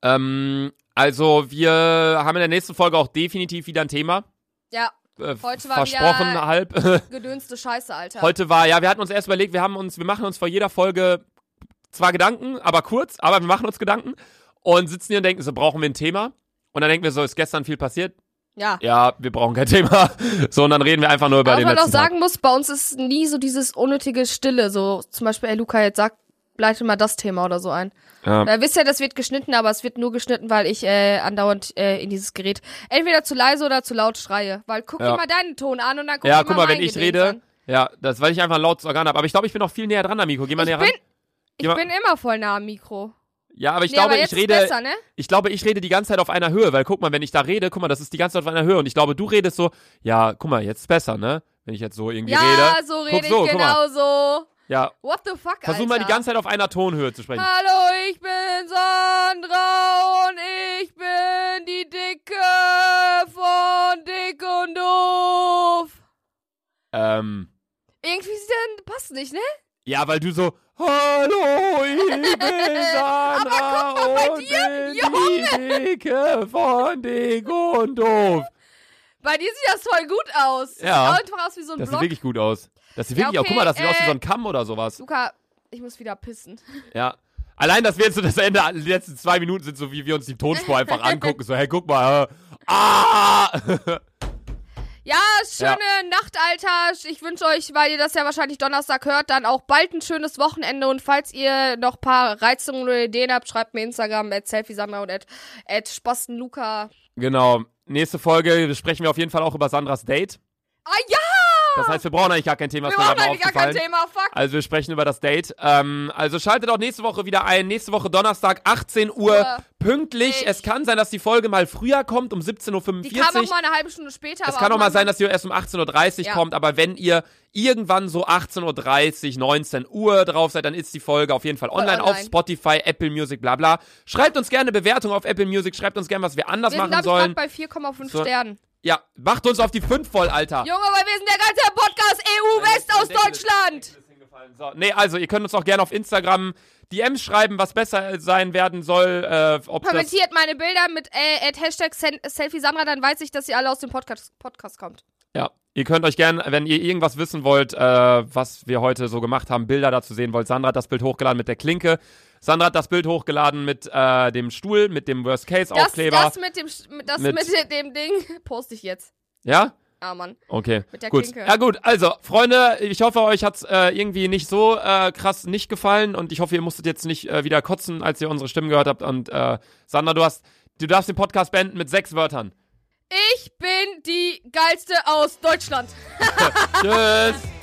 A: Ähm, also, wir haben in der nächsten Folge auch definitiv wieder ein Thema.
B: Ja,
A: Äh,
B: Heute war
A: versprochen
B: wieder-
A: halb.
B: gedönste Scheiße, Alter.
A: Heute war, ja, wir hatten uns erst überlegt, wir haben uns, wir machen uns vor jeder Folge zwar Gedanken, aber kurz, aber wir machen uns Gedanken und sitzen hier und denken so, brauchen wir ein Thema? Und dann denken wir so, ist gestern viel passiert?
B: Ja.
A: Ja, wir brauchen kein Thema. So, und dann reden wir einfach nur über
B: Aber was
A: den
B: man auch
A: letzten
B: sagen muss, bei uns ist nie so dieses unnötige Stille. So zum Beispiel, ey Luca, jetzt sag, leite mal das Thema oder so ein.
A: Tag. Ja.
B: Weil ihr wisst ja, das wird geschnitten, aber es wird nur geschnitten, weil ich äh, andauernd äh, in dieses Gerät entweder zu leise oder zu laut schreie. Weil guck
A: Ja.
B: dir mal deinen Ton an und dann guck
A: ja,
B: dir
A: guck mal, wenn
B: meinen
A: ich
B: Gerät
A: rede.
B: an.
A: Ja, das, weil ich einfach ein lautes Organ habe. Aber ich glaube, ich bin noch viel näher dran, Amico. Geh mal
B: Ich
A: näher
B: bin,
A: ran.
B: ich
A: Jemand-
B: bin immer voll nah am Mikro.
A: Ja, aber ich
B: nee,
A: glaube,
B: aber jetzt
A: ich rede.
B: ist besser, ne?
A: Ich glaube, ich rede die ganze Zeit auf einer Höhe, weil guck mal, wenn ich da rede, guck mal, das ist die ganze Zeit auf einer Höhe. Und ich glaube, du redest so, ja, guck mal, jetzt ist besser, ne? Wenn ich jetzt so irgendwie
B: Ja,
A: rede.
B: so
A: Guck
B: rede
A: so,
B: ich
A: guck mal.
B: genau so.
A: Ja.
B: What the fuck,
A: Versuch
B: Alter?
A: mal die ganze Zeit auf einer Tonhöhe zu sprechen.
B: Hallo, ich bin Sandra und ich bin die Dicke von Dick und Doof.
A: Ähm.
B: Irgendwie ist der- passt nicht, ne?
A: Ja, weil du so, hallo, ich bin Sandra
B: guck mal, bei
A: und
B: dir,
A: bin die Dicke von Dick und Doof.
B: Bei dir sieht das voll gut aus.
A: Ja.
B: Sieht einfach aus wie so ein
A: Das sieht
B: Block.
A: wirklich gut aus. Das sieht
B: Ja,
A: wirklich, auch,
B: okay,
A: guck mal, das sieht aus wie
B: äh,
A: so ein Kamm oder sowas.
B: Luca, ich muss wieder pissen.
A: Ja. Allein, dass wir jetzt so das Ende, die letzten zwei Minuten sind, so wie wir uns die Tonspur einfach angucken. So, hey, guck mal. Äh, ah!
B: Ja, schöne Nacht, Alter. Ich wünsche euch, weil ihr das ja wahrscheinlich Donnerstag hört, dann auch bald ein schönes Wochenende. Und falls ihr noch ein paar Reizungen oder Ideen habt, schreibt mir Instagram at selfiesandra und at, at spastenluca.
A: genau. Nächste Folge sprechen wir auf jeden Fall auch über Sandras Date.
B: Ah ja,
A: Das heißt, wir brauchen eigentlich gar kein Thema.
B: wir
A: ist mir
B: brauchen
A: gerade
B: eigentlich gar kein
A: aufgefallen.
B: Thema. Fuck.
A: Also wir sprechen über das Date. Ähm, also schaltet auch nächste Woche wieder ein. Nächste Woche Donnerstag, 18 Uhr
B: Ja.
A: pünktlich.
B: Ich-
A: Es kann sein, dass die Folge mal früher kommt, um 17.45 Uhr.
B: Die kam auch mal eine halbe Stunde später.
A: Es
B: aber
A: kann auch mal
B: manchmal-
A: sein, dass die erst um 18.30 Uhr
B: Ja.
A: kommt, aber wenn ihr irgendwann so 18.30 Uhr, 19 Uhr drauf seid, dann ist die Folge auf jeden Fall online, auf
B: online.
A: Spotify, Apple Music, bla bla. Schreibt uns gerne Bewertungen auf Apple Music, schreibt uns gerne, was wir anders
B: Wir sind,
A: machen
B: glaube ich, gerade
A: sollen.
B: bei 4,5
A: So-
B: Sternen.
A: Ja, macht uns auf die 5 voll, Alter.
B: Junge, weil wir sind der ganze Podcast EU-West aus Deutschland.
A: So, nee, also ihr könnt uns auch gerne auf Instagram DMs schreiben, was besser sein werden soll, äh, ob das
B: Kommentiert meine Bilder mit äh, at Hashtag Sen- Selfie Sandra, dann weiß ich, dass ihr alle aus dem Podcast, Podcast kommt.
A: Ja, ihr könnt euch gerne, wenn ihr irgendwas wissen wollt, äh, was wir heute so gemacht haben, Bilder dazu sehen wollt. Sandra hat das Bild hochgeladen mit der Klinke. Sandra hat das Bild hochgeladen mit äh, dem Stuhl, mit dem
B: Das,
A: Worst-Case-Aufkleber.
B: das mit dem Sch- mit- das
A: Mit-
B: mit, dem Ding poste ich jetzt.
A: Ja?
B: Ah, Mann.
A: Okay.
B: Mit der
A: gut.
B: Klinke.
A: Ja, gut. Also, Freunde, ich hoffe, euch hat's äh, irgendwie nicht so äh, krass nicht gefallen und ich hoffe, ihr musstet jetzt nicht äh, wieder kotzen, als ihr unsere Stimmen gehört habt. Und äh, Sandra, du hast. Du darfst den Podcast beenden mit sechs Wörtern.
B: Ich bin die geilste aus Deutschland.
A: Tschüss!